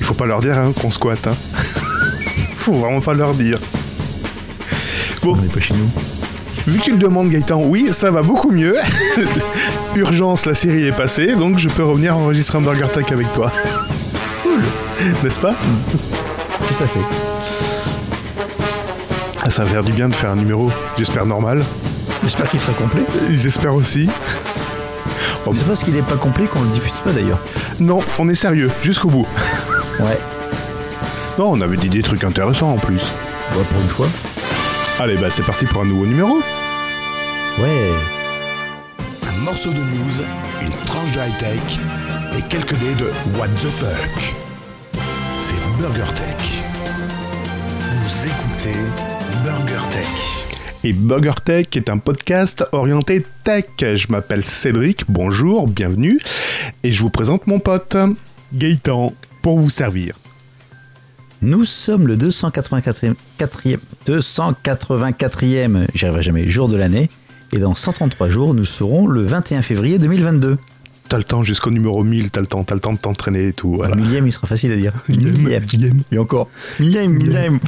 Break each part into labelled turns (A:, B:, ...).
A: faut pas leur dire hein, qu'on squatte. Hein. faut vraiment pas leur dire.
B: Bon. On n'est pas chez nous.
A: Vu que tu le demandes, Gaëtan, oui, ça va beaucoup mieux. Urgence, la série est passée, donc je peux revenir enregistrer un Burger Tech avec toi.
B: Cool.
A: N'est-ce pas
B: Tout à fait.
A: Ah, Ça va faire du bien de faire un numéro, j'espère normal.
B: J'espère qu'il sera complet.
A: J'espère aussi.
B: C'est parce qu'il n'est pas complet qu'on le diffuse pas d'ailleurs.
A: Non, on est sérieux, jusqu'au bout.
B: Ouais.
A: Non, on avait dit des trucs intéressants en plus.
B: Bah, pour une fois.
A: Allez, bah c'est parti pour un nouveau numéro.
B: Ouais.
C: Un morceau de news, une tranche de high-tech et quelques dés de What the fuck. C'est Burger Tech. Vous écoutez Burger Tech.
A: Et Burger Tech est un podcast orienté tech. Je m'appelle Cédric, bonjour, bienvenue. Et je vous présente mon pote, Gaëtan, pour vous servir.
B: Nous sommes le 284e, 4e 284e, j'y arriverai jamais, jour de l'année. Et dans 133 jours, nous serons le 21 février 2022.
A: T'as le temps jusqu'au numéro 1000, t'as le temps, t'as le temps de t'entraîner et tout. Voilà.
B: Le millième, il sera facile à dire.
A: Millième, millième.
B: Et encore. Millième, millième.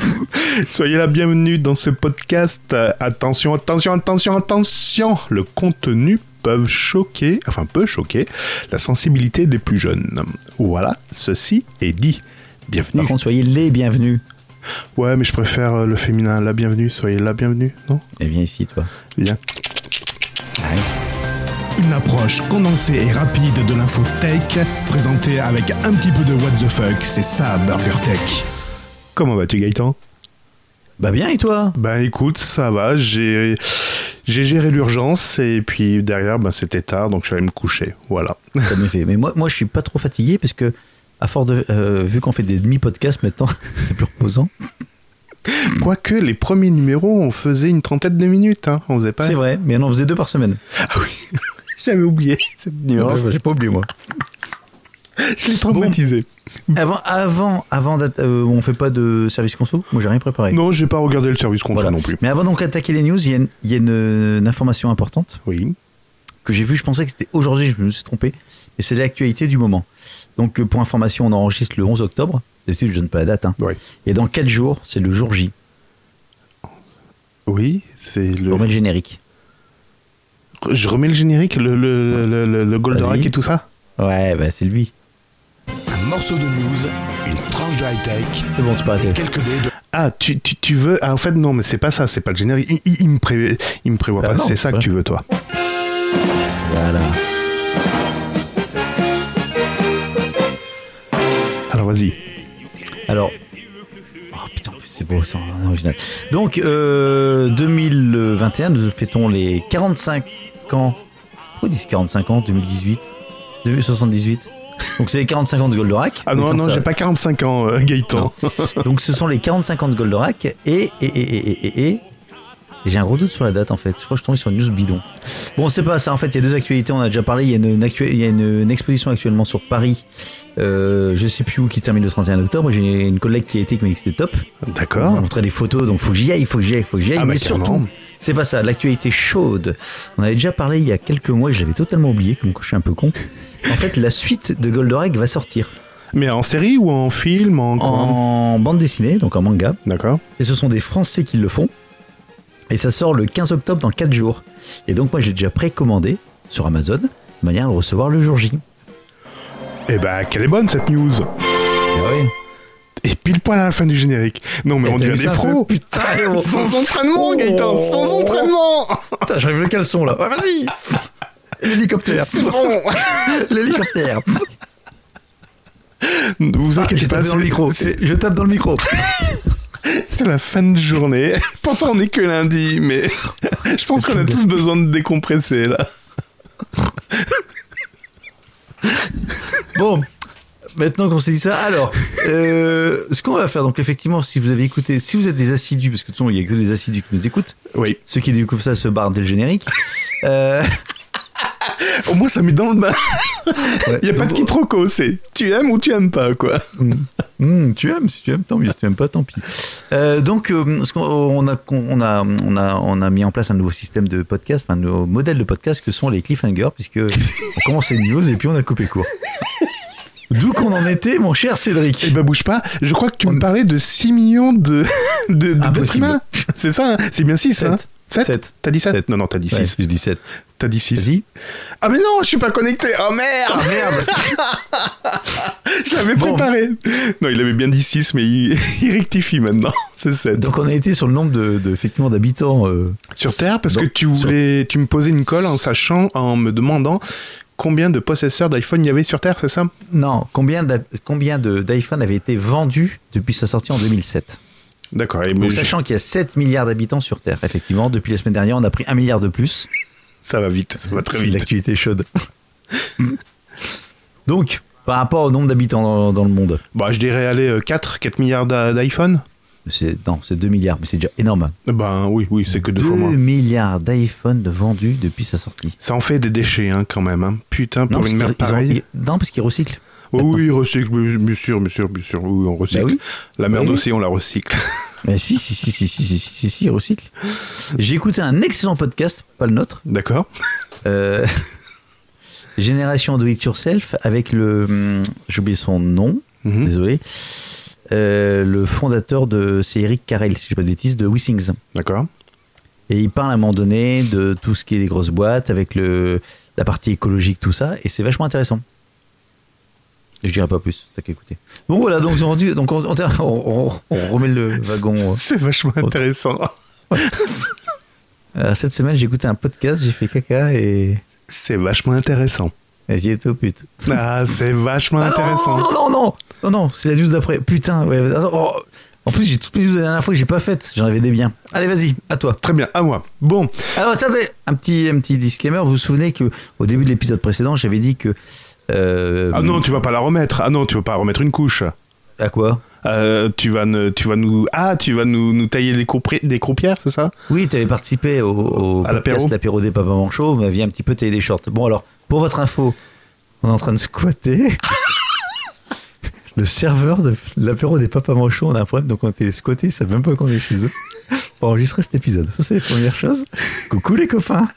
A: Soyez la bienvenue dans ce podcast. Euh, Attention, attention, attention, attention. Le contenu peut choquer, enfin peut choquer, la sensibilité des plus jeunes. Voilà, ceci est dit. Bienvenue.
B: Par contre, soyez les bienvenus.
A: Ouais, mais je préfère euh, le féminin. La bienvenue, soyez la bienvenue, non
B: Et viens Eh ici, toi.
A: Bien.
C: Une approche condensée et rapide de l'info tech, présentée avec un petit peu de What the fuck. C'est ça, Burger Tech.
A: Comment vas-tu, Gaëtan
B: Bah bien, et toi
A: Ben écoute, ça va. J'ai j'ai géré l'urgence et puis derrière, ben c'était tard, donc je suis allé me coucher. Voilà.
B: Comme effet. Mais moi, moi, je suis pas trop fatigué parce que, à force de, euh, vu qu'on fait des demi-podcasts maintenant, c'est plus reposant.
A: Quoique les premiers numéros, on faisait une trentaine de minutes. Hein. On faisait pas.
B: C'est vrai, mais on en faisait deux par semaine.
A: J'avais oublié cette nuance.
B: bah, J'ai pas oublié moi.
A: Je l'ai traumatisé.
B: Avant, avant, avant d'être- euh, on fait pas de service conso. Moi, j'ai rien préparé.
A: Non, j'ai pas regardé le service console
B: Voilà.
A: non plus.
B: Mais avant donc d'attaquer les news, il y a, une, il y a une- une information importante
A: Oui.
B: que j'ai vue. Je pensais que c'était aujourd'hui, je me suis trompé, mais c'est l'actualité du moment. Donc euh, pour information, on enregistre le 11 octobre. D'habitude, je donne pas la date. hein.
A: Oui.
B: Et dans 4 jours, c'est le jour J.
A: Oui, c'est le.
B: On met le générique.
A: Je remets le générique, le, le, le, le- le Goldorak
B: Vas-y.
A: et tout ça.
B: Ouais, bah c'est lui.
C: Un morceau de news, une tranche de high-tech
B: C'est bon, tu peux
C: et
B: arrêter.
C: quelques dés de
A: Ah, tu, tu, tu veux. Ah, en fait, non, mais c'est pas ça, c'est pas le générique. Il, il- il me, pré- il me prévoit
B: Ah
A: pas.
B: non,
A: C'est ça que
B: ouais.
A: tu veux, toi.
B: Voilà.
A: Alors, vas-y.
B: Alors. Oh putain, en plus, c'est beau, c'est en original. Donc, euh, 2021, nous fêtons les 45 ans. Pourquoi ils disent 45 ans 2018 2078 Donc, c'est les 45 ans de Goldorak.
A: Ah non,
B: Ils disent
A: non,
B: ça.
A: j'ai pas 45 ans, euh, Gaëtan.
B: Donc, ce sont les 45 ans de Goldorak. Et, et, et, et, et, et, et- J'ai un gros doute sur la date en fait. Je crois que je tombe sur une news bidon. Bon, c'est pas ça. En fait, il y a deux actualités. On a déjà parlé. Il y a une, une actu- il y a une- une exposition actuellement sur Paris. Euh, je sais plus où qui se termine le 31 octobre. J'ai une collègue qui a été qui m'a dit que c'était top. On m'a
A: D'accord.
B: montré des photos, donc faut que j'y aille, faut que j'y aille, faut que j'y aille.
A: Ah,
B: mais
A: bah, carrément.
B: surtout, c'est pas ça, l'actualité chaude. On avait déjà parlé il y a quelques mois, et je l'avais totalement oublié, comme quoi je suis un peu con. En fait, la suite de Goldorak va sortir
A: Mais en série ou en film en... quoi
B: en bande dessinée, donc en manga.
A: D'accord.
B: Et ce sont des Français qui le font. Et ça sort le 15 octobre dans 4 jours. Et donc, moi, j'ai déjà précommandé sur Amazon, de manière à le recevoir le jour J.
A: Eh bah, quelle est bonne cette news
B: Ah ouais.
A: Et pile poil à la fin du générique. Non, mais
B: Eh,
A: on
B: t'as
A: devient
B: vu
A: des
B: ça,
A: pros
B: Putain, oh.
A: Sans entraînement, Gaëtan Sans entraînement
B: Putain, j'arrive le caleçon là. Ouais, vas-y L'hélicoptère
A: Ah, bah, C'est bon
B: L'hélicoptère
A: Vous
B: Ah,
A: inquiétez
B: j'ai
A: pas,
B: tapé dans le
A: c'est-
B: micro.
A: c'est-
B: Je tape dans le micro.
A: C'est la fin de journée. Pourtant, on est que lundi, mais je pense qu'on a tous besoin de décompresser là.
B: Bon. Maintenant qu'on s'est dit ça, alors, euh, ce qu'on va faire, donc effectivement, si vous avez écouté, si vous êtes des assidus, parce que de toute façon, il n'y a que des assidus qui nous écoutent,
A: Oui.
B: ceux qui découvrent ça se barrent dès le générique. Euh,
A: Au moins, ça met dans le bain.
B: ouais,
A: Il y a pas
B: donc,
A: de quiproquo. C'est tu aimes ou tu aimes pas, quoi.
B: Hmm, tu aimes, si tu aimes, tant mieux. Si tu aimes pas, tant pis. Euh, donc, euh, ce qu'on- on, a, qu'on- on, a, on, a, on a mis en place un nouveau système de podcast, enfin, un nouveau modèle de podcast que sont les cliffhangers, puisque on commence une news et puis on a coupé court. D'où qu'on en était, mon cher Cédric.
A: Eh ben bouge pas, je crois que tu me parlais de 6 millions de de- de- d'êtres
B: Impossible.
A: humains. C'est ça, hein c'est bien 6 hein
B: Sept.
A: 7
B: Sept.
A: T'as dit 7
B: Sept.
A: Non, non, t'as dit 6.
B: Ouais, je dis 7.
A: T'as dit 6.
B: Vas-y.
A: Ah mais non, je suis pas connecté. Oh merde,
B: merde
A: je l'avais
B: Ah. Bon.
A: préparé. Non, il avait bien dit 6 mais il, il rectifie maintenant. C'est 7.
B: Donc on a été sur le nombre de, de- effectivement d'habitants. euh,
A: sur Terre parce
B: Donc,
A: que tu voulais tu me posais une colle en sachant en me demandant combien de possesseurs d'iPhone il y avait sur Terre, c'est ça
B: Non, combien d'a- combien de- d'iPhone avaient été vendus depuis sa sortie en 2007
A: D'accord. et
B: Donc,
A: mais je-
B: Sachant qu'il y a 7 milliards d'habitants sur Terre, effectivement, depuis la semaine dernière, on a pris 1 milliard de plus.
A: ça va vite, ça va très
B: C'est de
A: vite.
B: l'actualité chaude. Donc, par rapport au nombre d'habitants dans, dans le monde,
A: Bah, je dirais aller 4 4 milliards d'i- d'iPhone.
B: c'est non, c'est 2 milliards, mais c'est déjà énorme.
A: Ben oui, oui, c'est que deux fois moins.
B: milliards d'iPhone de vendus depuis sa sortie.
A: Ça en fait des déchets hein, quand même. hein. Putain, pour
B: parce
A: une merde
B: qu'ils- ils ont-
A: pareille. Oh
B: ils- non, parce qu'ils recyclent.
A: Oui, oui, recycle, bien bien sûr, bien sûr, bien sûr. Oui, on recycle.
B: Bah oui.
A: La merde
B: oui.
A: aussi, on la recycle.
B: Mais si, si, si, si, si, si, si, si, si, ils recyclent. J'ai écouté un excellent podcast, pas le nôtre,
A: D'accord
B: euh, Génération Do It Yourself, avec le. hum, J'ai oublié son nom,
A: Mhm.
B: désolé. Euh, le fondateur de. C'est Eric Carrel, si je ne dis pas de bêtises, de WeSings.
A: D'accord.
B: Et il parle à un moment donné de tout ce qui est des grosses boîtes, avec le, la partie écologique, tout ça, et c'est vachement intéressant. Je dirais pas plus, t'as qu'à écouter. Bon voilà, donc, ils ont rendu- donc on, on- on- on remet le wagon. euh,
A: C'est vachement intéressant.
B: Alors, euh, cette semaine, j'ai écouté un podcast, j'ai fait caca et.
A: C'est vachement intéressant.
B: Vas-y, et tout, pute.
A: Ah, c'est vachement
B: Ah non,
A: intéressant.
B: Non, non, non, non, non, non, c'est la news d'après. Putain, ouais. attends, oh. En plus, j'ai toutes mes news de la dernière fois que j'ai pas faites. J'en avais des biens. Allez, vas-y, à toi.
A: Très bien, à moi. Bon,
B: Alors, attendez, un petit, un petit disclaimer. Vous vous souvenez que au début de l'épisode précédent, j'avais dit que. euh,
A: ah non, tu vas pas la remettre. Ah non, tu vas pas remettre une couche.
B: À quoi
A: Euh, tu vas, ne- tu vas nous, ah, tu vas nous, nous tailler des, croupi- des croupières, c'est ça
B: Oui, tu avais participé au, au
A: À l'apéro.
B: podcast L'apéro des Papa Manchot. Vous m'aviez un petit peu taillé des shorts. Bon, alors, pour votre info, on est en train de squatter. Le serveur de l'apéro des Papa Manchot, on a un problème, donc on était squatté, ils savent même pas qu'on est chez eux. Pour enregistrer cet épisode. Ça, c'est la première chose. Coucou les copains.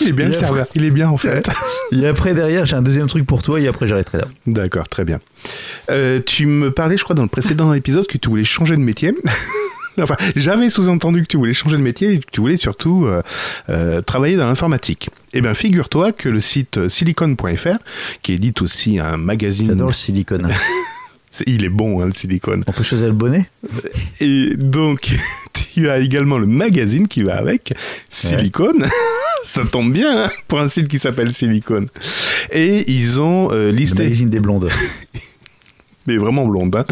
A: Il est bien
B: Il
A: le
B: est-
A: serveur. Il est bien en fait.
B: Et après, derrière, j'ai un deuxième truc pour toi, et après, j'arrêterai là.
A: D'accord, très bien. Euh, tu me parlais, je crois, dans le précédent épisode que tu voulais changer de métier. enfin, j'avais sous-entendu que tu voulais changer de métier et que tu voulais surtout euh, euh, travailler dans l'informatique. Eh bien, figure-toi que le site euh, silicon.fr, qui édite aussi un magazine,
B: J'adore le silicone.
A: C'est- il est bon, hein, le silicon.
B: On peut choisir le bonnet
A: Et donc, tu as également le magazine qui va avec, Silicone. Ça tombe bien hein, pour un site qui s'appelle Silicone. Et ils ont euh,
B: Le
A: listé,
B: magazine des blondes.
A: mais vraiment blonde. hein.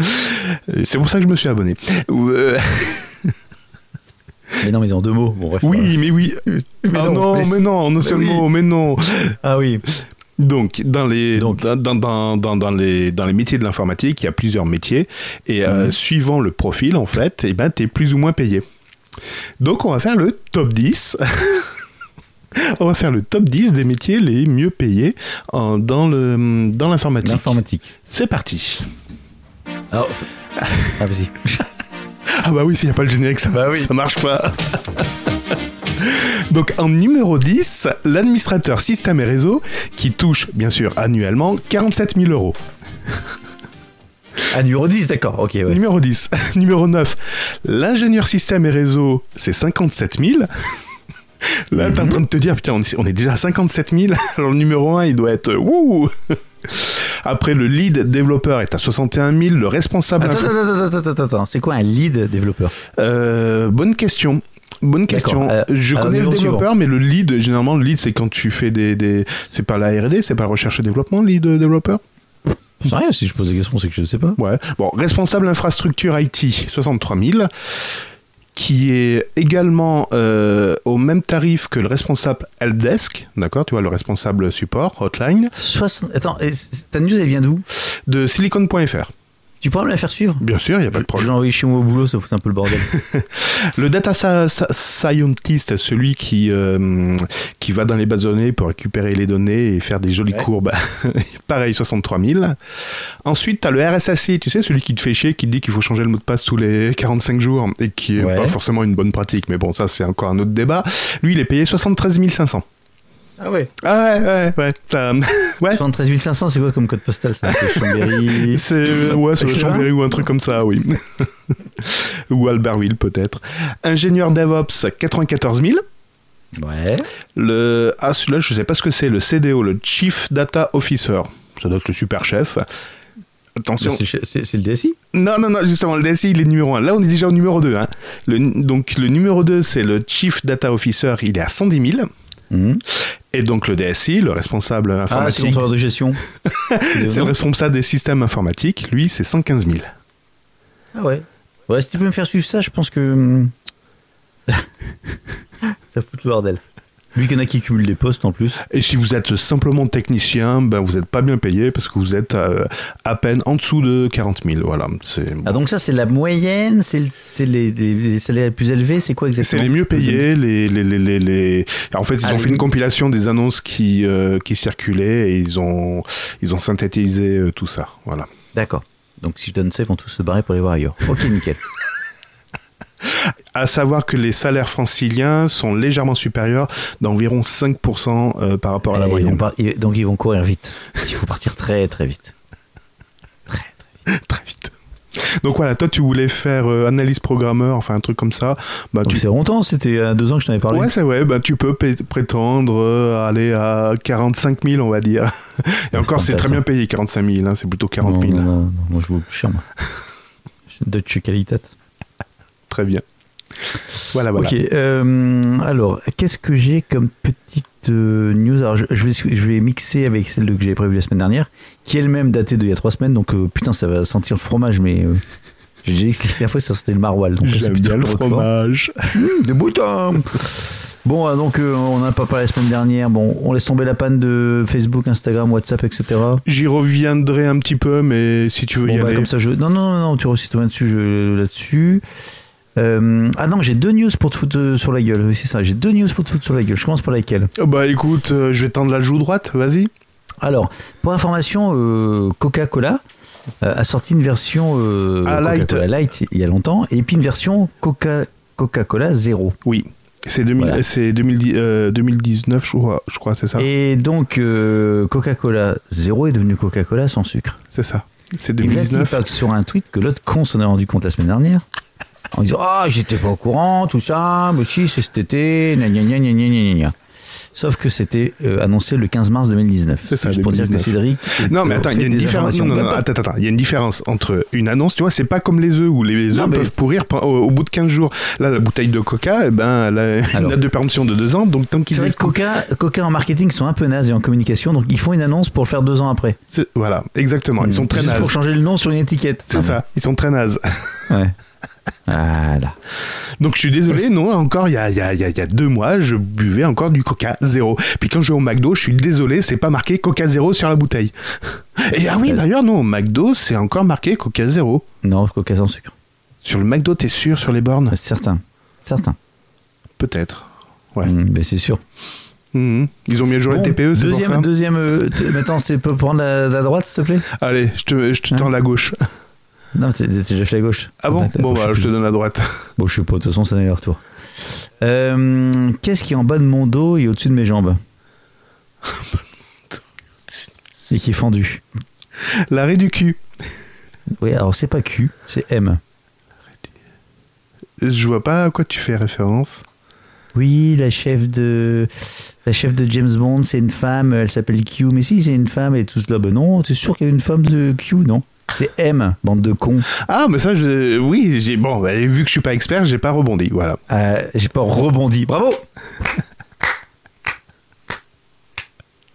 A: Euh, C'est pour ça que je me suis abonné. Euh,
B: Mais non, mais en deux mots. Bon, bref.
A: oui, mais oui.
B: Mais
A: ah
B: non,
A: non,
B: mais-
A: mais non, non
B: oui.
A: seulement, mais non.
B: Ah oui.
A: Donc, dans les,
B: Donc.
A: Dans, dans, dans, dans les, dans les métiers de l'informatique, il y a plusieurs métiers. Et euh,
B: Mhm.
A: suivant le profil, en fait, eh ben, tu es plus ou moins payé. Donc, on va faire le top 10. on va faire le top 10 des métiers les mieux payés en- dans le- dans l'informatique.
B: L'informatique.
A: C'est parti.
B: Alors, ah, vas-y.
A: Ah bah oui, s'il n'y a pas le générique, ça,
B: Bah oui.
A: ça marche pas. Donc en numéro 10, l'administrateur système et réseau qui touche bien sûr annuellement 47 000 euros.
B: Ah, numéro 10, d'accord, ok, ouais.
A: Numéro 10. numéro 9, l'ingénieur système et réseau, c'est 57 000. Là,
B: Mhm.
A: t'es en train de te dire, putain, on est, on est déjà à 57 000. Alors, le numéro 1, il doit être euh, wouh Après, le lead développeur est à 61 000. Le responsable.
B: Attends,
A: info-
B: attends, attends, attends, attends, attends, attends, c'est quoi un lead développeur
A: Euh, bonne question. Bonne question.
B: D'accord, euh,
A: je
B: alors,
A: connais le
B: numéro
A: développeur, mais le lead, généralement, le lead, c'est quand tu fais des. des- C'est pas la RD, c'est pas recherche et développement, lead euh, développeur
B: C'est rien, si je pose des questions, c'est que je ne sais pas.
A: Ouais. Bon, responsable infrastructure IT, 63 000, qui est également euh, au même tarif que le responsable helpdesk, d'accord Tu vois, le responsable support, hotline,
B: 60... Attends, et c- c- ta news, elle vient d'où
A: de silicon.fr.
B: Tu pourras me la faire suivre
A: Bien sûr, il n'y a pas de
B: Je- Je l'ai
A: problème.
B: envoyé chez moi au boulot, ça fout un peu le bordel.
A: Le data sa- sa- scientist, celui qui, euh, qui va dans les bases de données pour récupérer les données et faire des jolies
B: Ouais.
A: courbes, pareil, 63 000. Ensuite, tu as le RSSI, tu sais, celui qui te fait chier, qui te dit qu'il faut changer le mot de passe tous les 45 jours et qui est
B: Ouais.
A: pas forcément une bonne pratique, mais bon, ça c'est encore un autre débat. Lui, il est payé 73 500.
B: Ah ouais.
A: Ah ouais, ouais, ouais. euh, ouais.
B: 73 500, c'est quoi comme code postal ça C'est Chambéry.
A: C'est euh, ouais, c'est
B: Etc.
A: Chambéry ou un truc comme ça, oui. ou Albertville peut-être. Ingénieur DevOps 94 000.
B: Ouais.
A: Le ah celui-là, je sais pas ce que c'est. Le CDO, le Chief Data Officer. Ça doit être le super chef. Attention.
B: C'est c'est- c'est le DSI
A: Non, non, non, justement, le DSI, il est numéro 1. Là, on est déjà au numéro 2. hein. Le, donc, le numéro 2, c'est le Chief Data Officer, il est à 110 000.
B: Mhm.
A: Et donc, le DSI, le responsable
B: Ah, c'est
A: informatique,
B: contrôleur de gestion.
A: c'est le responsable des systèmes informatiques, lui, c'est 115 000.
B: Ah ouais. Ouais, si tu peux me faire suivre ça, je pense que. hum, ça fout le bordel. Vu qu'il y en a qui cumulent des postes en plus.
A: Et si vous êtes simplement technicien, ben, vous n'êtes pas bien payé parce que vous êtes euh, à peine en dessous de 40 000. Voilà, c'est...
B: Ah, donc ça, c'est la moyenne, c'est le- c'est les, les- les salaires les plus élevés, c'est quoi
A: C'est
B: exactement
A: les mieux payés, les, les, les, les, les- En fait, ils
B: Ah,
A: ont
B: les-
A: fait une compilation des annonces qui, euh, qui circulaient et ils ont, ils ont synthétisé euh, tout ça. Voilà.
B: D'accord. Donc si je donne ça, ils vont tous se barrer pour aller voir ailleurs. Ok, nickel.
A: À savoir que les salaires franciliens sont légèrement supérieurs d'environ 5% euh, par rapport à la
B: Et ils vont
A: moyenne.
B: par- ils- donc ils vont courir vite. Il faut partir très très vite.
A: Très vite. Donc voilà, toi tu voulais faire euh, analyse programmeur, enfin un truc comme ça. Bah,
B: Donc
A: tu...
B: c'est longtemps, c'était il y a deux ans que je t'en avais parlé.
A: Ouais, c'est vrai, bah, tu peux pé- prétendre euh, aller à 45 000, on va dire. Et
B: Ouais,
A: encore, c'est très
B: intéressant.
A: bien payé, 45 000, hein, c'est plutôt
B: non,
A: 40
B: non,
A: 000.
B: non, non, moi je vous plus cher, moi. Deutsche Qualität.
A: Très bien. Voilà, voilà.
B: Ok, euh, alors, qu'est-ce que j'ai comme petite euh, news Alors, je, je vais, je vais mixer avec celle que j'avais prévue la semaine dernière, qui est elle-même datée d'il y a trois semaines, donc euh, putain, ça va sentir le fromage, mais euh, j'ai déjà dit que la dernière fois, ça sentait le maroilles. donc là, c'est
A: J'aime
B: plutôt
A: bien le
B: roquefort.
A: fromage.
B: Mmh, des boutons Bon, euh, donc, euh, on n'a pas parlé la semaine dernière, bon, on laisse tomber la panne de Facebook, Instagram, WhatsApp, etc.
A: J'y reviendrai un petit peu, mais si tu veux
B: Bon,
A: y
B: bah,
A: aller.
B: comme ça, je... Non, non, non, non, tu aussi toi dessus, je... là-dessus. Euh, Ah non, j'ai deux news pour te foutre euh, sur la gueule. Oui, c'est ça, j'ai deux news pour te foutre sur la gueule. Je commence par laquelle
A: Oh, Bah écoute, euh, je vais tendre la joue droite, vas-y.
B: Alors, pour information, euh, Coca-Cola euh, a sorti une version euh,
A: Ah, light.
B: Coca-Cola light il y a longtemps, et puis une version Coca- Coca-Cola zéro.
A: Oui. C'est 2000
B: Voilà.
A: c'est 2010 euh, 2019, je crois, je crois c'est ça.
B: Et donc, euh, Coca-Cola zéro est devenu Coca-Cola sans sucre.
A: C'est ça. C'est
B: Et Vlad
A: 2019.
B: Lipak sur un tweet que l'autre con s'en est rendu compte la semaine dernière. En disant Ah, j'étais pas au courant, tout ça, mais si, c'est cet été, gna gna gna gna gna gna gna. Sauf que c'était euh, annoncé le 15 mars 2019.
A: C'est ça,
B: Juste pour dire que
A: 2019.
B: Cédric.
A: Non, mais
B: euh,
A: attends, il y
B: fait
A: a une
B: des
A: différence.
B: informations.
A: Non, non,
B: Même
A: non,
B: pas.
A: attends, attends, il y a une différence entre une annonce, tu vois, c'est pas comme les œufs où les
B: Non,
A: œufs
B: mais-
A: peuvent pourrir pe- au, au bout de 15 jours. Là, la bouteille de coca, eh ben, elle a une
B: Alors.
A: date de péremption de 2 ans, donc tant
B: C'est
A: qu'ils
B: vrai que Coca, Coca en marketing sont un peu nazes et en communication, donc ils font une annonce pour le faire deux ans après.
A: C'est- Voilà, exactement, ils sont très
B: Mmh. Juste Pour
A: nazes.
B: changer le nom sur une étiquette.
A: C'est
B: Ah,
A: ça, ils sont très nazes.
B: Ouais. Voilà.
A: Donc je suis désolé, non, encore il y a, il y, a, il y a- il y a deux mois, je buvais encore du Coca Zéro. Puis quand je vais au McDo, je suis désolé, c'est pas marqué Coca Zéro sur la bouteille. Et ah oui, d'ailleurs, non, au McDo, c'est encore marqué Coca Zéro.
B: Non, Coca sans sucre.
A: Sur le McDo, t'es sûr sur les bornes
B: C'est certain. Certain.
A: Peut-être. Ouais.
B: Mm, mais c'est sûr.
A: Mhm. Ils ont mis à jour
B: Bon,
A: les TPE, E, c'est pour
B: deuxième,
A: ça.
B: deuxième. euh, t- maintenant, tu peux prendre la, la droite, s'il te plaît
A: Allez, je te, je te tends la gauche.
B: Non, t'es t'es déjà fait la gauche.
A: Ah bon
B: Hein D'accord,
A: Bon, bah,
B: sais
A: je te
B: plus.
A: donne la droite.
B: Bon, je sais pas, de toute façon, ça n'est leur tour. Euh, Qu'est-ce qui est en bas de mon dos et au-dessus de mes jambes Et qui est fendu.
A: L'arrêt du cul.
B: Oui, alors c'est pas Q, c'est M.
A: Je vois pas à quoi tu fais référence.
B: Oui, la chef de la chef de James Bond, c'est une femme, elle s'appelle Q. Mais si, c'est une femme et tout cela, ben non, t'es sûr qu'il y a une femme de Q, non C'est M, bande de cons.
A: Ah, mais ça, je... oui, j'ai... bon, bah, vu que je suis pas expert, j'ai pas rebondi. Voilà.
B: Euh, J'ai pas rebondi. Bravo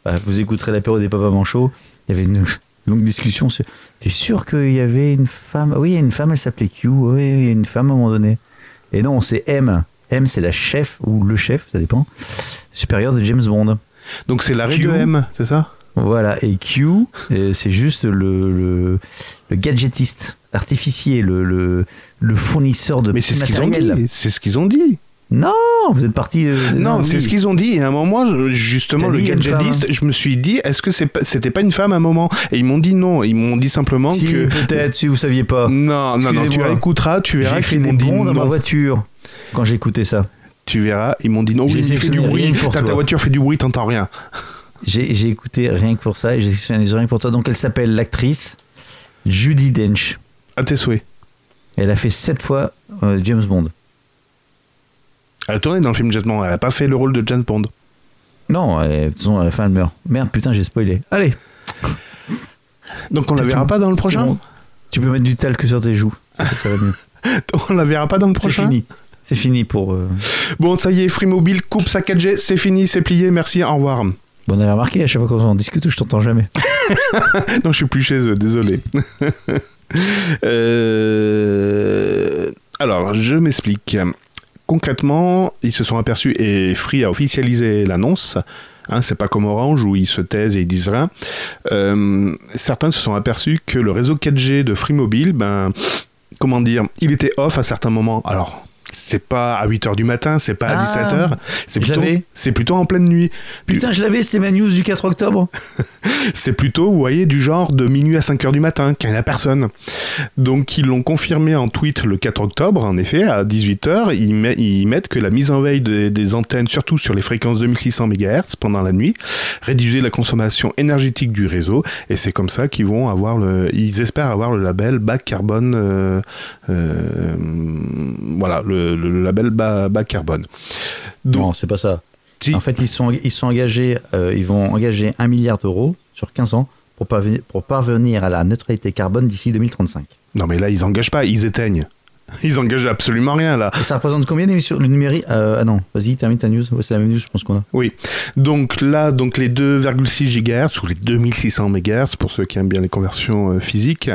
B: Ah, Vous écouterez l'apéro des papas manchots. Il y avait une longue discussion sur. T'es sûr qu'il y avait une femme Oui, il y a une femme, elle s'appelait Q. Oui, il y a une femme à un moment donné. Et non, c'est M. M, c'est la chef ou le chef, ça dépend, supérieur de James Bond.
A: Donc c'est l'arrêt
B: Q.
A: de M, c'est ça
B: Voilà, et Q, euh, c'est juste le, le, le gadgetiste, l'artificier, le, le, le fournisseur de
A: Mais
B: petits
A: c'est ce qu'ils ont
B: matériels.
A: dit. C'est ce qu'ils ont dit.
B: Non, vous êtes parti. euh,
A: Non,
B: non,
A: c'est
B: oui.
A: ce qu'ils ont dit. Et à un moment, je- justement,
B: T'as
A: le
B: dit, il y a une
A: gadgetiste, je me suis dit, est-ce que c'est pas- c'était pas une femme à un moment Et ils m'ont dit non. Ils m'ont dit simplement
B: Si,
A: que.
B: peut-être, si vous saviez pas.
A: Non, non, non, tu
B: Excusez-moi.
A: écouteras, tu verras
B: J'ai fait
A: qu'ils
B: des
A: m'ont dit
B: bons dans ma
A: non.
B: voiture quand j'écoutais ça.
A: Tu verras, ils m'ont dit non, oui,
B: J'ai
A: il fait du
B: sélectionné rien
A: bruit,
B: que pour
A: ta, ta
B: toi.
A: voiture fait du bruit, t'entends rien.
B: J'ai j'ai écouté rien que pour ça et j'ai sélectionné rien que pour toi. Donc elle s'appelle l'actrice Judy Dench.
A: À tes souhaits.
B: Elle a fait 7 fois euh, James Bond.
A: Elle a tourné dans le film James Bond, elle a pas fait le rôle de James Bond.
B: Non, elle- de toute façon, à la fin, elle meurt. Merde, putain, j'ai spoilé. Allez
A: Donc on la
B: C'est
A: verra
B: tout.
A: pas dans le
B: C'est
A: prochain
B: bon. Tu peux mettre du talc sur tes joues. Ça, ça va mieux.
A: On la verra pas dans le
B: C'est
A: prochain
B: fini. C'est fini pour. euh,
A: Bon, ça y est, Free Mobile coupe sa 4G, c'est fini, c'est plié, merci, au revoir.
B: Bon, on avait remarqué, à chaque fois qu'on en discute, je t'entends jamais.
A: Non, je suis plus chez eux, désolé. Euh, Alors, je m'explique. Concrètement, ils se sont aperçus et Free a officialisé l'annonce. Hein, c'est pas comme Orange où ils se taisent et ils disent rien. Euh, certains se sont aperçus que le réseau 4G de Free Mobile, ben, comment dire, il était off à certains moments. Alors, c'est pas à 8h du matin, c'est pas à
B: Ah,
A: 17h, c'est plutôt,
B: j'avais.
A: c'est plutôt en pleine nuit.
B: Putain, je l'avais, c'était ma news du 4 octobre.
A: C'est plutôt, vous voyez, du genre de minuit à 5 heures du matin, qu'il n'y en a personne. Donc ils l'ont confirmé en tweet le 4 octobre, en effet, à 18h, ils, met- ils mettent que la mise en veille des, des antennes, surtout sur les fréquences 2600 MHz pendant la nuit, réduisait la consommation énergétique du réseau, et c'est comme ça qu'ils vont avoir le... Ils espèrent avoir le label bas carbone... euh, euh, voilà, le, le label bas, bas carbone. Donc-
B: non, c'est pas ça.
A: Si.
B: En fait, ils sont, ils sont engagés, euh, ils vont engager 1 milliard d'euros sur 15 ans pour, parvenir- pour parvenir à la neutralité carbone d'ici 2035.
A: Non mais là, ils engagent pas, ils éteignent. Ils engagent absolument rien là.
B: Et ça représente combien d'émissions Le numérique Ah non, vas-y, termine ta news. Ouais, c'est la même news, je pense qu'on a.
A: Oui. Donc là, donc les 2,6 GHz ou les 2600 MHz pour ceux qui aiment bien les conversions euh, physiques,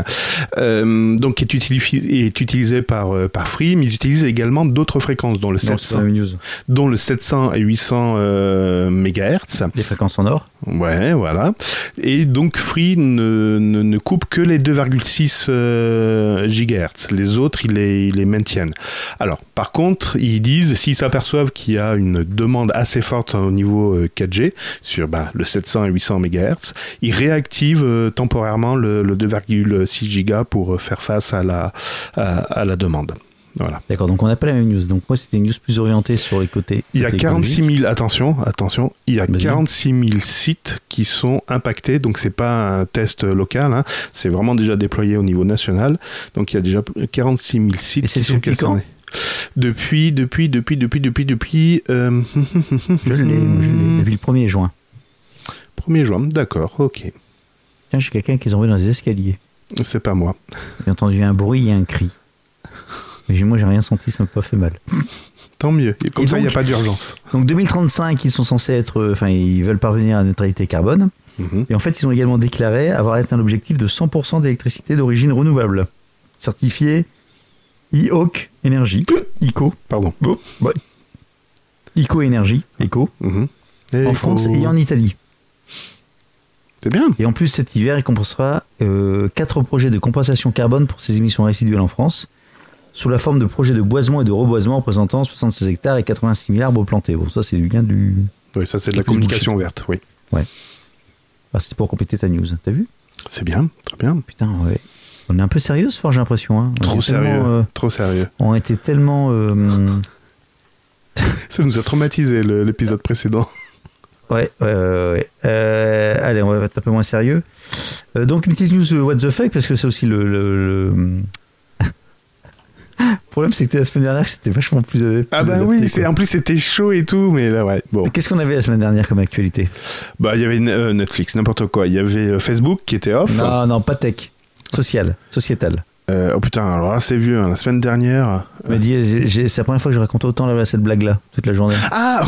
A: euh, donc est, utilisé est utilisé par euh, par Free, mais ils utilisent également d'autres fréquences, dont le
B: Non, c'est pas
A: 700,
B: la même news.
A: dont le 700 et 800 euh, MHz.
B: Les fréquences en or.
A: Ouais, voilà. Et donc Free ne, ne, ne coupe que les 2,6 euh, gigahertz. Les autres, ils les, ils les maintiennent. Alors, par contre, ils disent, s'ils s'aperçoivent qu'il y a une demande assez forte au niveau euh, 4G, sur bah, le 700 et 800 MHz, ils réactivent euh, temporairement le, le 2,6 giga pour euh, faire face à la, à, à la demande. Voilà.
B: D'accord, donc on n'a pas la même news. Donc moi, c'était une news plus orientée sur les côtés.
A: Il y a
B: côtés
A: 46 000, attention, attention, il y a
B: Vas-y.
A: 46 000 sites qui sont impactés, donc c'est pas un test local, hein, c'est vraiment déjà déployé au niveau national, donc il y a déjà 46 000 sites
B: Et c'est
A: qui sont
B: depuis quand
A: concernés. Depuis, depuis, depuis, depuis, depuis, depuis, euh,
B: écologiques. Je l'ai, moi, je l'ai, depuis le 1er juin.
A: 1er juin, d'accord, ok,
B: Tiens, j'ai quelqu'un qui est tombé dans les escaliers.
A: c'est pas moi.
B: J'ai entendu un bruit et un cri. Mais j'ai- moi, j'ai rien senti, ça m'a pas fait mal.
A: Tant mieux, Et comme
B: Et
A: ça il n'y a
B: donc-
A: pas d'urgence.
B: Donc 2035, ils sont censés être. euh, Enfin, ils veulent parvenir à la neutralité carbone.
A: Mhm.
B: Et en fait, ils ont également déclaré avoir atteint l'objectif de 100% d'électricité d'origine renouvelable. Certifié IOC Energy. ICO.
A: Pardon.
B: Ouais. ICO Energy. ICO.
A: Mhm. Et
B: En
A: il
B: France
A: faut-
B: et en Italie.
A: C'est bien,
B: Et en plus, cet hiver, il compensera euh, quatre projets de compensation carbone pour ces émissions résiduelles en France, sous la forme de projets de boisement et de reboisement représentant 76 hectares et 86 000 arbres plantés. Bon, ça, c'est du bien du.
A: oui, ça c'est de la
B: Plus bouché.
A: communication verte, oui.
B: Ah, c'est pour compléter ta news, t'as vu
A: C'est bien, très bien.
B: Putain, ouais. On est un peu sérieux ce soir, j'ai l'impression. hein. On
A: Trop
B: était tellement,
A: sérieux,
B: euh,
A: trop sérieux.
B: on était tellement. euh,
A: Ça nous a traumatisé le- l'épisode précédent.
B: Ouais, ouais, ouais. ouais. Euh, allez, on va être un peu moins sérieux. Euh, donc, une petite news euh, What the fuck, parce que c'est aussi le. le, le- Le problème, c'est que la semaine dernière, c'était vachement plus. adap-
A: Ah
B: plus
A: bah
B: adapté,
A: oui,
B: quoi.
A: c'est en plus c'était chaud et tout, mais là ouais. Bon,
B: Qu'est-ce qu'on avait la semaine dernière comme actualité
A: bah il y avait euh, Netflix, n'importe quoi. Il y avait euh, Facebook qui était off.
B: Non, non, pas tech. Social, sociétal.
A: Euh, oh putain, alors là c'est vieux. hein. La semaine dernière.
B: Mais dis, j'ai- j'ai- c'est la première fois que je raconte autant là, cette blague-là, toute la journée.
A: Ah,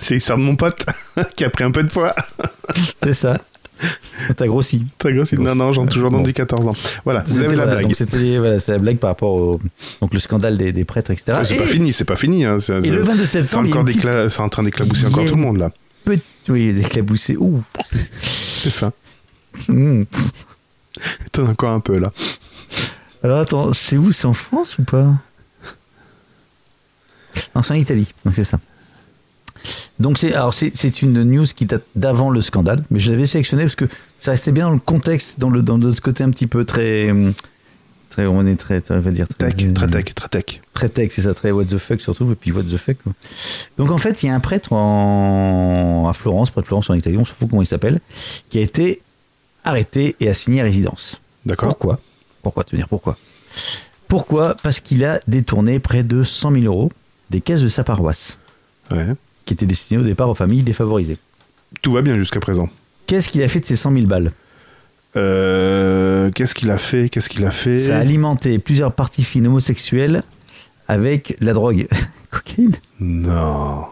A: c'est l'histoire de mon pote qui a pris un peu de poids.
B: C'est ça. T'as grossi.
A: T'as grossi. Non non, j'en toujours dans
B: Bon.
A: du 14 ans. Voilà, vous
B: C'était-
A: avez la
B: voilà,
A: blague.
B: donc c'était voilà, c'est la blague par rapport au donc, le scandale des, des prêtres, etc.
A: Ah, c'est
B: et,
A: pas fini, c'est pas fini. hein. C'est
B: et le 22 septembre,
A: c'est
B: il y a
A: encore
B: une
A: des
B: petite
A: cla- c'est en train d'éclabousser
B: Il y
A: encore
B: a-
A: tout le monde là.
B: petite- Oui, des éclaboussés. Ouh.
A: C'est ça. Mmh.
B: Mm.
A: T'en as encore un peu là.
B: Alors attends, c'est où C'est en France ou pas Non, c'est en Italie, donc c'est ça. Donc c'est alors c'est, c'est une news qui date d'avant le scandale, mais je l'avais sélectionné parce que ça restait bien dans le contexte, dans le dans notre côté un petit peu très hum, très Très, on est très, on va dire
A: Tech, très tech, très tech.
B: très tech, c'est ça, très what the fuck surtout, et puis what the fuck. quoi. Donc en fait, il y a un prêtre en... à Florence, près de Florence en Italie, on se fout comment il s'appelle, qui a été arrêté et assigné à résidence.
A: D'accord.
B: Pourquoi Pourquoi te dire pourquoi Pourquoi Parce qu'il a détourné près de 100 000 euros des caisses de sa paroisse,
A: Ouais.
B: qui étaient destinées au départ aux familles défavorisées.
A: Tout va bien jusqu'à présent.
B: Qu'est-ce qu'il a fait de ces 100 000 balles
A: Euh, qu'est-ce qu'il a fait Qu'est-ce qu'il a fait
B: Ça a alimenté plusieurs parties fines homosexuelles avec la drogue. Cocaïne
A: Non.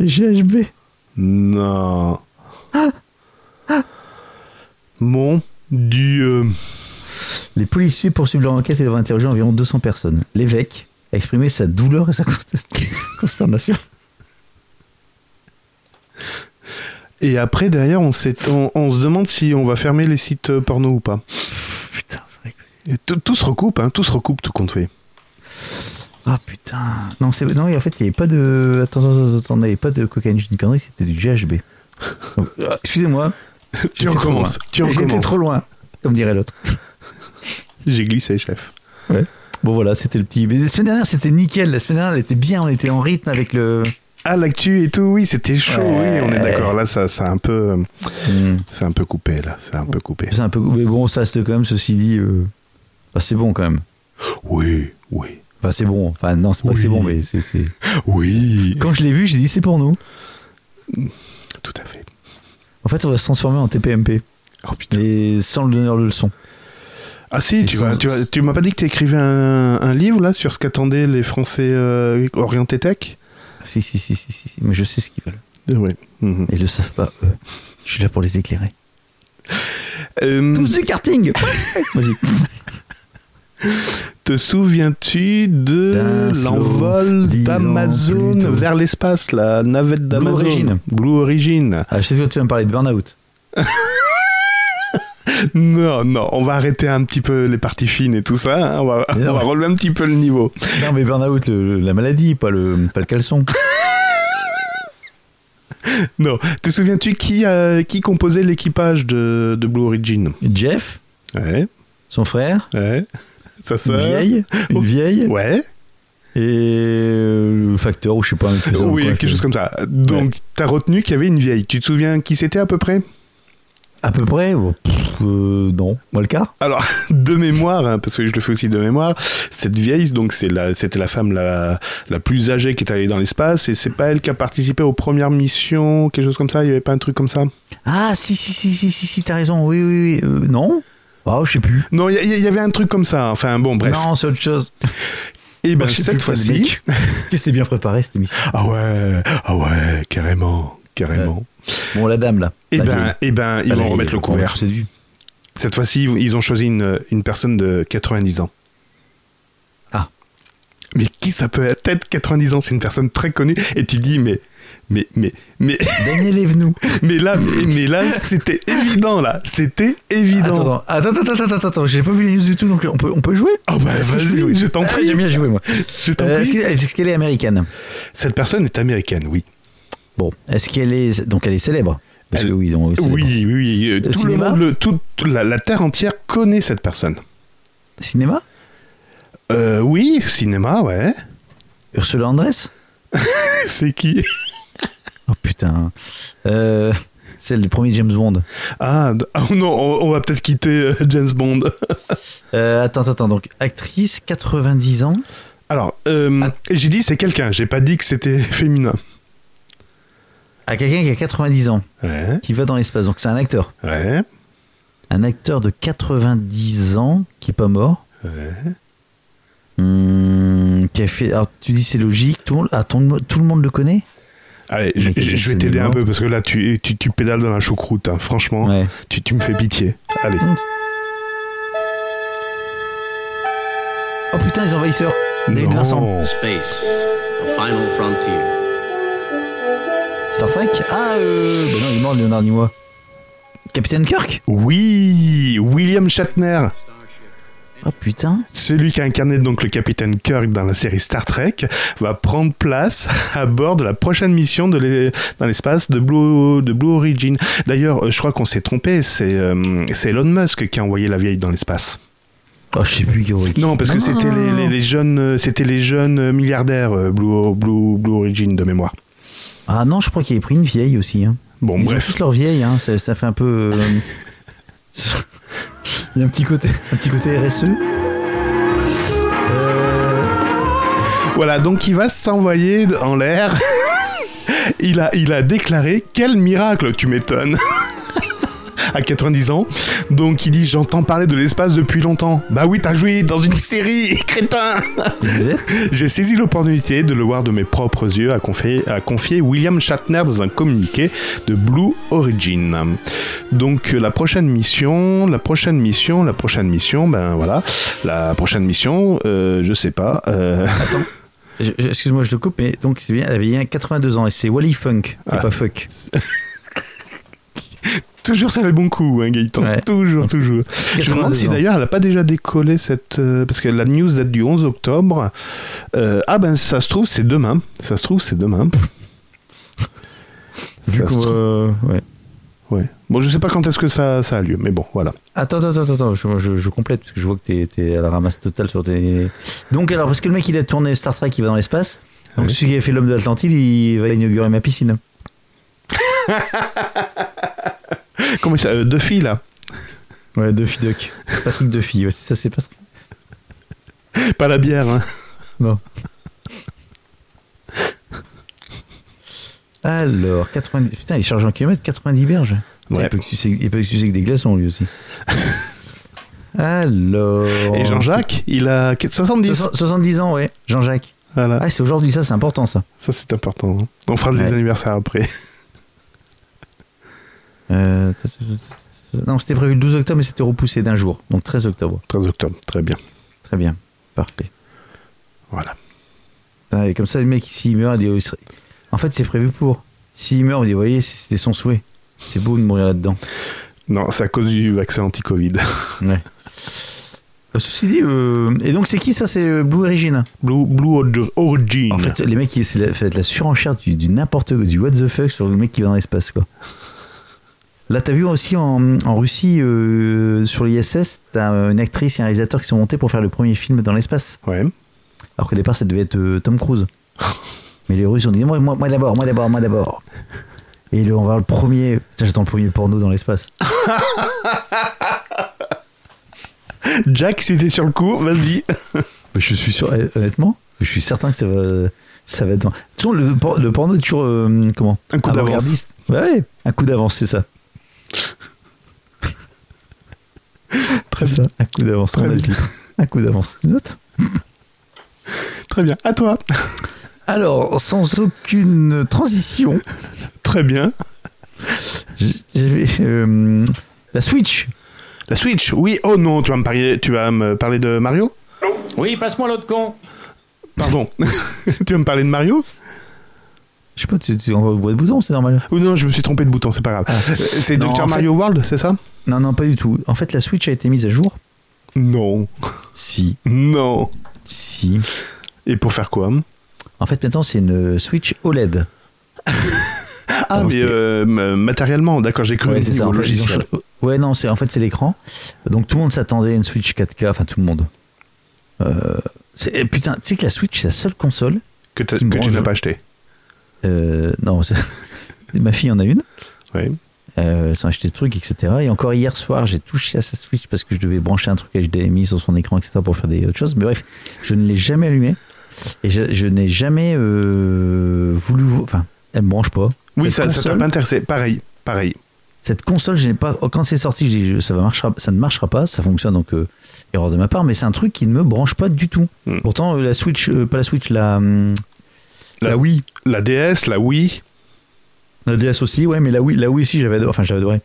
B: GHB
A: Non. Mon Dieu.
B: Les policiers poursuivent leur enquête et leur interrogé environ 200 personnes. L'évêque a exprimé sa douleur et sa contest- consternation.
A: Et après, derrière, on, s'est- on, on se demande si on va fermer les sites euh, porno ou pas.
B: Putain, c'est vrai que-
A: Et tout, tout se recoupe, hein, tout se recoupe, tout compte fait.
B: Ah putain. Non, c'est... non, en fait, il n'y avait pas de. Attends, attends, attends, attends, il n'y avait pas de cocaïne, je dis une connerie, c'était du GHB. Donc, ah, excusez-moi.
A: tu
B: j'étais trop
A: recommences,
B: loin.
A: tu
B: J'étais
A: recommences.
B: trop loin, comme dirait l'autre.
A: J'ai glissé, chef.
B: Bon, voilà, c'était le petit. Mais la semaine dernière, c'était nickel. La semaine dernière, elle était bien, on était en rythme avec le.
A: Ah, l'actu et tout, oui, c'était chaud,
B: Ouais.
A: oui, on est d'accord. Là, ça, ça a un peu, euh,
B: Hmm.
A: c'est un peu coupé, là, c'est un peu coupé.
B: C'est un peu. Mais bon, ça, c'était quand même, ceci dit. euh, bah, c'est bon quand même.
A: Oui, oui,
B: Enfin, c'est bon. Enfin, non, c'est pas que c'est
A: Oui.
B: bon, mais c'est- c'est.
A: oui,
B: Quand je l'ai vu, j'ai dit c'est pour nous.
A: tout à fait.
B: En fait, on va se transformer en TPMP.
A: Oh putain.
B: Et sans le donneur de leçon.
A: Ah si,
B: Et
A: tu,
B: sans-
A: vas- tu, vas- tu m'as pas dit que tu écrivais un, un livre là sur ce qu'attendaient les Français euh, orientés tech
B: Si, si, si, si, si, si. Mais je sais ce qu'ils veulent.
A: Euh, Oui. Mhm.
B: Ils le savent pas, eux. Je suis là pour les éclairer.
A: Euh,
B: Tous du karting Vas-y.
A: te souviens-tu de
B: D'un slow,
A: l'envol
B: dix ans plus
A: d'Amazon
B: tôt.
A: vers l'espace, la navette d'Amazon
B: Origin.
A: Blue Origin.
B: Ah, je sais que toi, tu vas me parler de Burnout.
A: Non, non, on va arrêter un petit peu les parties fines et tout ça. hein, On, va,
B: Mais non.
A: on va relever un petit peu le niveau.
B: Non, mais Burnout, le- le- la maladie, pas le, pas le caleçon.
A: Non. Te souviens-tu qui, euh, qui composait l'équipage de, de Blue Origin
B: Jeff,
A: Ouais,
B: son frère,
A: ouais. Sa
B: une
A: sœur
B: vieille, une
A: Oh.
B: vieille,
A: Ouais.
B: et euh, le facteur, ou je sais pas, un truc comme
A: oui,
B: quoi,
A: quelque
B: je-
A: chose comme ça. Donc, t'as retenu qu'il y avait une vieille. Tu te souviens qui c'était à peu près
B: À peu près, bon, pff, euh, non, moi le quart.
A: Alors, de mémoire, hein, parce que je le fais aussi de mémoire, cette vieille, donc c'est la, c'était la femme la, la plus âgée qui est allée dans l'espace, et c'est pas elle qui a participé aux premières missions, quelque chose comme ça. Il y avait pas un truc comme ça
B: Ah, si, si, si, si, si, si t'as raison, oui, oui, oui, euh, non Ah, je sais plus.
A: Non, il y, il y avait un truc comme ça. Enfin, bon, bref.
B: Non, c'est autre chose.
A: et ben
B: Je sais
A: cette
B: plus, le
A: fois-ci,
B: mec. Qu'est-ce que c'est bien préparé cette émission
A: ah ouais, ah ouais, carrément, carrément.
B: Bon, la dame là.
A: Et
B: La
A: ben,
B: vieille.
A: et ben, ils
B: Elle
A: vont
B: est-
A: remettre le
B: on va
A: couvert.
B: pousser de vue.
A: Cette fois-ci, ils- ils ont choisi une, une personne de 90 ans.
B: Ah.
A: Mais qui ça peut être 90 ans, c'est une personne très connue. Et tu dis, mais, mais, mais, mais,
B: Daniel Evenou.
A: mais là, mais, mais là, c'était évident, là. C'était évident.
B: Attends, attends, attends, attends, attends, attends, attends, j'ai pas vu les news du tout, donc on peut, on peut jouer
A: Oh bah,
B: Est-ce que je peux
A: vas-y,
B: jouer
A: je t'en
B: Ah,
A: prie.
B: J'aime bien jouer moi.
A: Je t'en
B: Euh, est-ce,
A: prie.
B: qu'elle, est-ce qu'elle est américaine
A: Cette personne est américaine, oui.
B: Bon, est-ce qu'elle est. Donc elle est célèbre Parce
A: Elle-
B: que oui, donc, célèbre.
A: Oui, oui, oui. euh,
B: Le
A: Tout le
B: cinéma
A: monde, le- tout, tout- la, la terre entière connaît cette personne.
B: Cinéma
A: Euh, oui, cinéma, ouais.
B: Ursula Andress
A: C'est qui
B: Oh putain. Euh, celle du premier James Bond.
A: ah, d- ah, non, on, on va peut-être quitter euh, James Bond.
B: Euh, attends, attends, attends, donc actrice, 90 ans.
A: Alors, euh,
B: Ah.
A: j'ai dit c'est quelqu'un, j'ai pas dit que c'était féminin.
B: À Ah, quelqu'un qui a 90 ans,
A: Ouais,
B: qui va dans l'espace, donc c'est un acteur.
A: ouais,
B: Un acteur de 90 ans qui est pas mort.
A: ouais.
B: Hmm, qui a fait. Alors tu dis c'est logique, tout le monde, ah, tout le monde- tout le monde le connaît
A: Allez,
B: Mais
A: je,
B: quelqu'un
A: je- je vais
B: qui
A: t'aider
B: est
A: un
B: mort.
A: peu parce que là, tu, tu, tu pédales dans la choucroute, hein. franchement,
B: Ouais.
A: tu, tu me fais pitié. Allez.
B: Oh putain, les envahisseurs David Vincent
A: Non.
D: Space, the final frontier.
B: Star Trek Ah, euh. Bah non, il est mort, Leonard Nimoy. Capitaine Kirk
A: Oui, William Shatner,
B: Oh putain
A: celui qui a incarné donc le capitaine Kirk dans la série Star Trek, va prendre place à bord de la prochaine mission de l'e- dans l'espace de Blue, de Blue Origin. D'ailleurs, euh, je crois qu'on s'est trompé, c'est euh, c'est Elon Musk qui a envoyé la vieille dans l'espace.
B: Ah, je sais plus, Ah. Yorick.
A: Non, parce que
B: Non,
A: c'était
B: non,
A: les,
B: non,
A: les-
B: non.
A: les jeunes, euh, c'était les jeunes euh, milliardaires euh, Blue, Blue, Blue Origin de mémoire.
B: Ah non, je crois qu'il avait pris une vieille aussi. Hein.
A: Bon,
B: Ils ont
A: bref.
B: tous leur vieille, hein. ça, ça fait un peu. euh, Il y a un petit côté, un petit côté E. RSE. Euh,
A: Voilà, donc il va s'envoyer d- en l'air. il, a, il a déclaré Quel miracle, tu m'étonnes À 90 ans. Donc il dit J'entends parler de l'espace depuis longtemps. Bah oui, t'as joué dans une série, crétin
B: il disait,
A: J'ai saisi l'opportunité de le voir de mes propres yeux, a confié, a confié William Shatner dans un communiqué de Blue Origin. Donc euh, la prochaine mission, la prochaine mission, la prochaine mission, ben voilà, la prochaine mission, euh, je sais pas. euh,
B: je- je- excuse-moi, je te coupe, mais donc c'est bien, elle avait bien 82 ans et c'est Wally Funk, et
A: Ah.
B: pas Fuck.
A: toujours sur les bons coups, hein, Gaëtan.
B: Ouais.
A: Toujours, toujours. Je me demande
B: 82
A: si
B: ans.
A: d'ailleurs elle n'a pas déjà décollé cette. euh, parce que la news date du 11 octobre. Euh, ah ben ça se trouve, c'est demain. Ça se trouve, c'est demain. Ça
B: Vu
A: se
B: qu'on,
A: trouve-
B: euh, ouais.
A: ouais. Bon, je sais pas quand est-ce que ça, ça a lieu, mais bon, voilà.
B: Attends, attends, attends, attends, je, je- je complète parce que je vois que t'es, t'es à la ramasse totale sur tes. Donc, alors, parce que le mec il a tourné Star Trek, il va dans l'espace. Donc,
A: Oui.
B: celui qui a fait l'homme de l'Atlantide, il va inaugurer ma piscine.
A: Comment ça euh, Deux filles là
B: Ouais, Duffy Duck. Patrick Duffy, ouais, ça c'est Patrick.
A: Pas la bière, hein.
B: Non. Alors, 90. Putain, il charge en kilomètres 90 berges. Putain,
A: Ouais.
B: Il peut que sucer, il peut que sucer que des glaçons lui aussi. Alors.
A: Et Jean-Jacques, il a 70.
B: 70 70 ans, ouais, Jean-Jacques.
A: Voilà.
B: Ah, c'est aujourd'hui, ça, c'est important, ça.
A: Ça, c'est important. hein. On fera les
B: Ouais.
A: anniversaires après.
B: Euh, ta- ta- ta- ta- ta- Non, c'était prévu le 12 octobre, mais c'était repoussé d'un jour, donc 13 octobre.
A: 13 octobre, très bien.
B: Très bien, parfait.
A: Voilà.
B: Putain, Et comme ça, le mec, s'il meurt, il dit, oh, il serait- En fait, c'est prévu pour. S'il meurt, on dit, vous voyez, c'était son souhait. C'est beau de mourir là-dedans.
A: Non, c'est à cause du vaccin anti-Covid.
B: Ouais. Euh, Ceci dit, euh, et donc c'est qui ça C'est euh, Blue Origin.
A: Blue, Blue Origin.
B: En fait, euh, les mecs, ils- c'est la, fait, la surenchère du, du n'importe quoi, du what the fuck sur le mec qui va dans l'espace, quoi. Là, t'as vu aussi en, en Russie, euh, sur l'ISS, t'as euh, une actrice et un réalisateur qui sont montés pour faire le premier film dans l'espace.
A: Ouais.
B: Alors qu'au départ, ça devait être euh, Tom Cruise. Mais les Russes ont dit moi, moi, moi d'abord, moi d'abord, moi d'abord. Et là, on va voir le premier. Putain, J'attends le premier porno dans l'espace.
A: Jack, si t'es sur le coup, vas-y.
B: Mais Je suis sûr, hon- honnêtement, je suis certain que ça va, ça va être. dans- Toujours le, por- le porno est toujours euh, comment
A: Un coup d'avance.
B: Avant-gardiste. Ouais, ouais, un coup d'avance, c'est ça. Très ça, un coup d'avance.
A: Très
B: on a le
A: bien.
B: titre. Un coup d'avance. Tu notes
A: Très bien. À toi.
B: Alors, sans aucune transition,
A: Très bien.
B: j- j'avais euh, la Switch.
A: La Switch, oui. Oh non, tu vas me parler, tu vas me parler de Mario
D: Oui, passe-moi l'autre con.
A: Pardon. tu vas me parler de Mario
B: Je sais pas, tu, tu envoies le bois de bouton, c'est normal.
A: Ou non, je me suis trompé de bouton, c'est pas grave. Euh, C'est
B: Non,
A: Dr.
B: en fait-
A: Mario World, c'est ça
B: Non, non, pas du tout. En fait, la Switch a été mise à jour.
A: Non.
B: Si,
A: Non.
B: si.
A: Et pour faire quoi
B: En fait, maintenant, c'est une euh, Switch OLED.
A: Ah, mais euh, m- matériellement, d'accord, j'ai cru
B: Ouais,
A: au
B: c'est ça.
A: niveau
B: En fait, ils ont
A: logiciel.
B: changé- ouais, non, c'est en fait c'est l'écran. Donc tout le monde s'attendait à une Switch 4K, enfin tout le monde. Euh, c'est- putain, tu sais que la Switch c'est la seule console.
A: que, t'as-
B: Ils me
A: que tu n'as
B: rangent.
A: pas acheté.
B: euh, non, c'est- ma fille en a une.
A: Ouais.
B: Euh, elles ont acheté des trucs, etc. Et encore hier soir, j'ai touché à sa Switch parce que je devais brancher un truc HDMI sur son écran, etc. pour faire des autres choses. Mais bref, je ne l'ai jamais allumé et je, je n'ai jamais euh, voulu. vo- Enfin, elle me branche pas.
A: Oui, ça
B: Cette
A: ça t'a
B: console-
A: pas intéressé. Pareil, pareil.
B: cette console, je n'ai pas. oh, Quand c'est sorti, j'ai dit, ça, va marchera, ça ne marchera pas, ça fonctionne donc euh, erreur de ma part, mais c'est un truc qui ne me branche pas du tout.
A: Hmm.
B: Pourtant, euh, la Switch, euh, pas la Switch, la, hum,
A: La-
B: la Wii,
A: La DS, la Wii.
B: la DS aussi, ouais, mais la Wii, la Wii aussi, j'avais adoré. Enfin, j'avais adoré.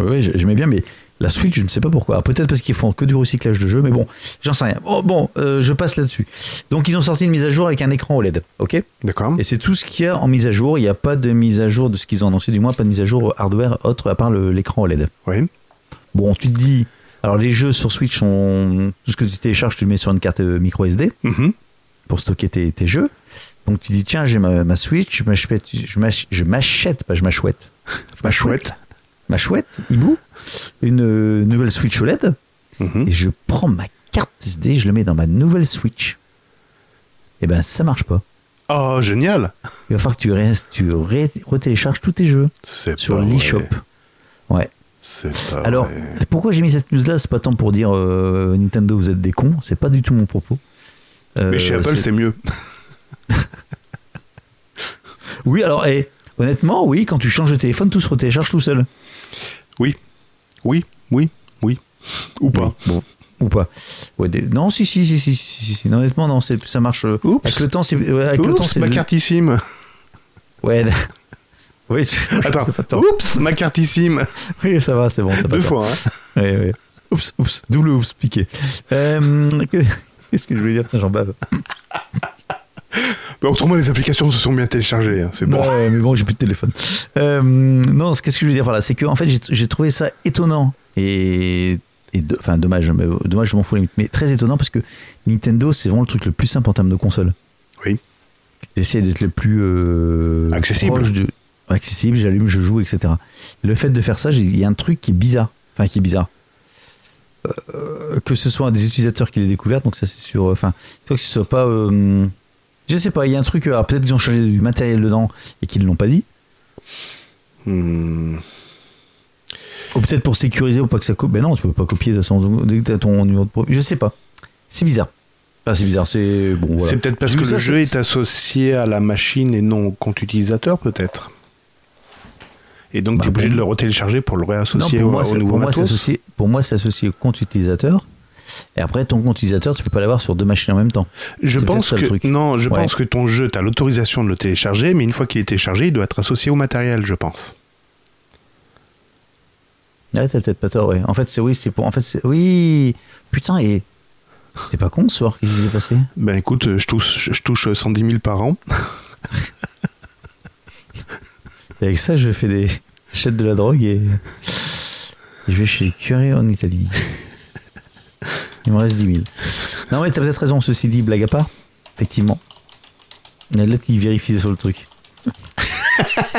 B: Ouais, j- j'aimais bien, mais la Switch, je ne sais pas pourquoi. Peut-être parce qu'ils font que du recyclage de jeux, mais bon, j'en sais rien. Oh, bon, euh, je passe là-dessus. Donc, ils ont sorti une mise à jour avec un écran OLED, ok
A: D'accord.
B: Et c'est tout ce qu'il y a en mise à jour. Il n'y a pas de mise à jour de ce qu'ils ont annoncé, du moins pas de mise à jour hardware autre à part le- l'écran E OLED.
A: Oui.
B: Bon, tu te dis, alors les jeux sur Switch sont. Tout ce que tu télécharges, tu le mets sur une carte euh, micro SD
A: Mhm.
B: pour stocker tes, tes jeux. Donc tu dis, tiens, j'ai ma, ma Switch, je m'achète, je m'ach- je m'achète, pas je m'achouette.
A: Bah, chouette.
B: Ma chouette, hibou, une euh, nouvelle Switch OLED.
A: Mhm.
B: et je prends ma carte SD, je le mets dans ma nouvelle Switch, et ben ça marche pas.
A: Oh, génial
B: Il va falloir que tu, ré- tu ré- retélécharges tous tes jeux
A: C'est
B: sur
A: pas
B: l'eShop.
A: vrai.
B: Ouais.
A: C'est pas
B: Alors,
A: vrai.
B: pourquoi j'ai mis cette news-là C'est pas tant pour dire euh, Nintendo, vous êtes des cons. C'est pas du tout mon propos. Euh,
A: Mais chez Apple, c'est mieux.
B: Oui, alors, eh, honnêtement, oui, quand tu changes de téléphone, tout se retélécharge tout seul.
A: Oui. Oui, oui, oui. Ou pas.
B: Bon, ou pas. Ouais, des- Non, si, si, si, si, si, si, si. Non, honnêtement, non, c'est- ça marche. euh,
A: Oups.
B: Avec le temps, c'est. ouais, avec le temps,
A: Oups,
B: c'est.
A: ma carte SIM.
B: Ouais. oui, c'est-
A: Attends.
B: t'as pas tort.
A: Oups, ma carte SIM.
B: Oui, ça va, c'est bon. t'as pas
A: Deux
B: tort.
A: fois. hein.
B: Ouais, ouais. Oups, oups, double oups, piqué. Euh, Qu'est-ce que je voulais dire Putain, J'en bave.
A: Mais autrement, les applications se sont bien téléchargées. hein, C'est bon.
B: Ouais, mais bon, j'ai plus de téléphone. Euh, non, ce- qu'est-ce que je veux dire par là C'est que en fait, j'ai- j'ai trouvé ça étonnant et, et de- enfin dommage, mais bon, dommage, je m'en fous limite, mais très étonnant parce que Nintendo, c'est vraiment le truc le plus simple en termes de console.
A: Oui.
B: Essaye d'être le plus euh,
A: Accessible.
B: proche de- accessible. J'allume, je joue, etc. Le fait de faire ça, j'ai- il y a un truc qui est bizarre, enfin qui est bizarre. Euh, que ce soit un des utilisateurs qui l'ait découvert, donc ça c'est sûr. Enfin, tu vois que ce soit pas euh, je sais pas, il y a un truc, alors peut-être qu'ils ont changé du matériel dedans et qu'ils l'ont pas dit.
A: Hmm.
B: Ou peut-être pour sécuriser ou pas que ça coupe. Ben non, tu peux pas copier de toute façon, dès que t'as ton numéro de pro- Je sais pas. C'est bizarre. Enfin, Ah, c'est bizarre, c'est. Bon, voilà.
A: C'est peut-être parce
B: J'ai
A: que
B: vu
A: le
B: ça,
A: jeu est
B: c'est-
A: associé à la machine et non au compte utilisateur, peut-être. Et donc,
B: Bah,
A: tu es obligé
B: pour-
A: de le retélécharger pour le
B: Non,
A: réassocier
B: pour,
A: au-
B: moi,
A: au,
B: c'est-
A: nouveau
B: pour, moi, c'est
A: matos.
B: associé, pour moi, c'est associé au compte utilisateur. Et après, ton compte utilisateur, tu peux pas l'avoir sur deux machines en même temps.
A: Je
B: c'est
A: pense
B: peut-être ça, le
A: que
B: truc.
A: non, je
B: Ouais.
A: pense que ton jeu, tu as l'autorisation de le télécharger, mais une fois qu'il est téléchargé, il doit être associé au matériel, je pense.
B: Ah, t'as peut-être pas tort, ouais. En fait, c'est oui, c'est pour. En fait, c'est. Oui Putain, et. T'es pas con ce soir, qu'est-ce qui s'est passé
A: Ben écoute, euh, je touche, je touche 110 000 par an.
B: Et avec ça, je fais des. J'achète de la drogue et. et je vais chez les curés en Italie. Il me reste 10 000. Non, mais t'as peut-être raison, ceci dit, blague à part. Effectivement. Il y a de Là, qui vérifie sur le truc.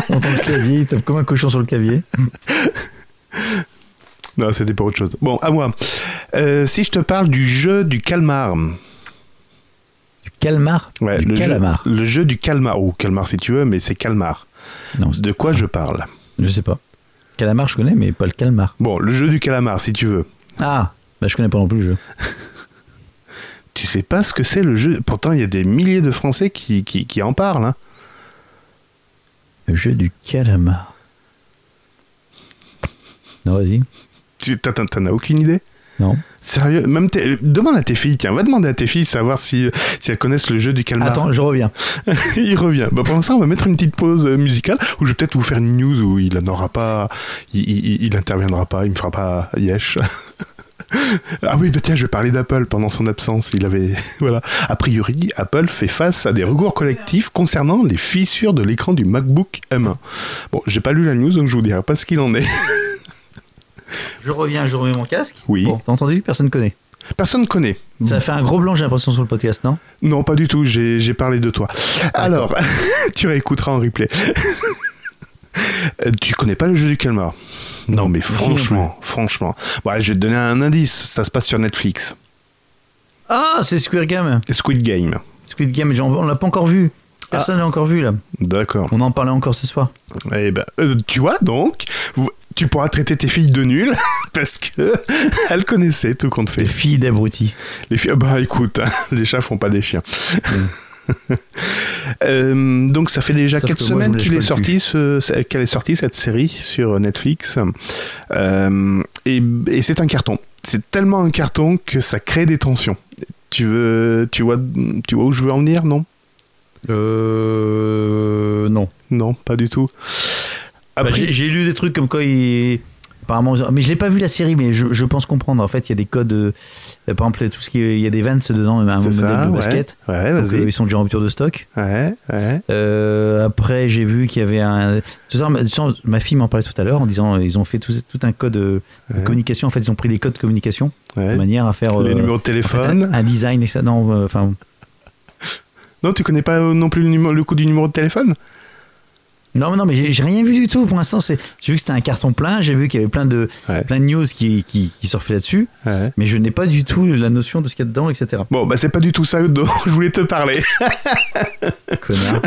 B: On tape le clavier, il tape comme un cochon sur le clavier.
A: Non, c'était pour autre chose. Bon, à moi. Euh, si je te parle du jeu du calmar.
B: Du calmar
A: Ouais,
B: Du
A: le
B: calamar.
A: Jeu, le jeu du calmar, ou calmar si tu veux, mais c'est calmar.
B: Non, c'est-
A: De quoi je parle
B: je sais pas. Calamar, je connais, mais pas le calmar.
A: Bon, le jeu du calamar, si tu veux.
B: Ah Bah, je connais pas non plus le jeu.
A: Tu sais pas ce que c'est le jeu. Pourtant, il y a des milliers de Français qui, qui, qui en parlent. hein.
B: Le jeu du calamar. Non, vas-y.
A: Tu- T'en t'en- t'en as aucune idée
B: Non.
A: Sérieux Même tes- Demande à tes filles, tiens, va demander à tes filles savoir si, si elles connaissent le jeu du calmar.
B: Attends, je reviens.
A: il revient. Bah, pour l'instant, on va mettre une petite pause euh, musicale où je vais peut-être vous faire une news où il n'aura pas. Il, il- il interviendra pas, il me fera pas yesh. Ah oui, bah tiens, je vais parler d'Apple pendant son absence. Il avait. Voilà. A priori, Apple fait face à des recours collectifs concernant les fissures de l'écran du MacBook M1. Bon, j'ai pas lu la news, donc je vous dirai pas ce qu'il en est.
B: Je reviens, je remets mon casque.
A: Oui.
B: Bon, t'as entendu Personne connaît.
A: Personne connaît.
B: Ça fait un gros blanc, j'ai l'impression, sur le podcast, non
A: Non, pas du tout, j'ai j'ai parlé de toi. Alors, tu réécouteras en replay. Euh, tu connais pas le jeu du calmar Non, mais franchement, franchement. Bon, allez, je vais te donner un indice, ça se passe sur Netflix.
B: Ah, c'est Squid Game.
A: Squid Game.
B: Squid Game, j'en- on l'a pas encore vu.
A: Ah.
B: Personne l'a encore vu, là.
A: D'accord.
B: On en parlait encore ce soir.
A: Eh ben, euh, tu vois, donc, vous- tu pourras traiter tes filles de nulles, parce que elles connaissaient tout compte
B: Les
A: fait.
B: filles d'abrutis.
A: Les filles, bah écoute, hein, les chats font pas des chiens. Euh, donc ça fait déjà
B: Mm. Sauf
A: quatre
B: que moi, je
A: semaines
B: me lèche
A: qu'il
B: pas
A: est
B: le
A: sorti, ce- ce- qu'elle est sortie cette série sur Netflix, Euh, et, et c'est un carton. C'est tellement un carton que ça crée des tensions. Tu veux, tu vois, tu vois où je veux en venir, non
B: Euh. Non.
A: Non, pas du tout.
B: Bah,
A: Après,
B: j'ai- j'ai lu des trucs comme quoi il. Apparemment, ils ont- mais je l'ai pas vu la série, mais je, je pense comprendre. En fait, il y a des codes, euh, euh, par exemple, tout ce qui est, il y a des vents dedans, un
A: c'est
B: modèle
A: ça,
B: de
A: ouais.
B: basket.
A: Ouais,
B: Donc, euh,
A: vas-y.
B: ils sont déjà en rupture de stock.
A: Ouais, ouais.
B: Euh, après, j'ai vu qu'il y avait un. tout ça, ma- ma fille m'en parlait tout à l'heure en disant euh, ils ont fait tout, tout un code euh, de
A: Ouais.
B: communication. En fait, ils ont pris des codes de communication de
A: ouais.
B: manière à faire
A: Les
B: euh,
A: numéros de
B: en fait,
A: téléphone.
B: un, un design et ça. Non, euh, enfin
A: Non, tu connais pas euh, non plus le, numéro- le coup du numéro de téléphone
B: Non, mais non, mais j'ai- j'ai rien vu du tout pour l'instant. c'est- J'ai vu que c'était un carton plein, j'ai vu qu'il y avait plein de,
A: Ouais.
B: plein de news qui, qui, qui surfaient là-dessus,
A: Ouais.
B: mais je n'ai pas du tout la notion de ce qu'il y a dedans, etc.
A: Bon, bah c'est pas du tout ça dont je voulais te parler.
B: Connard.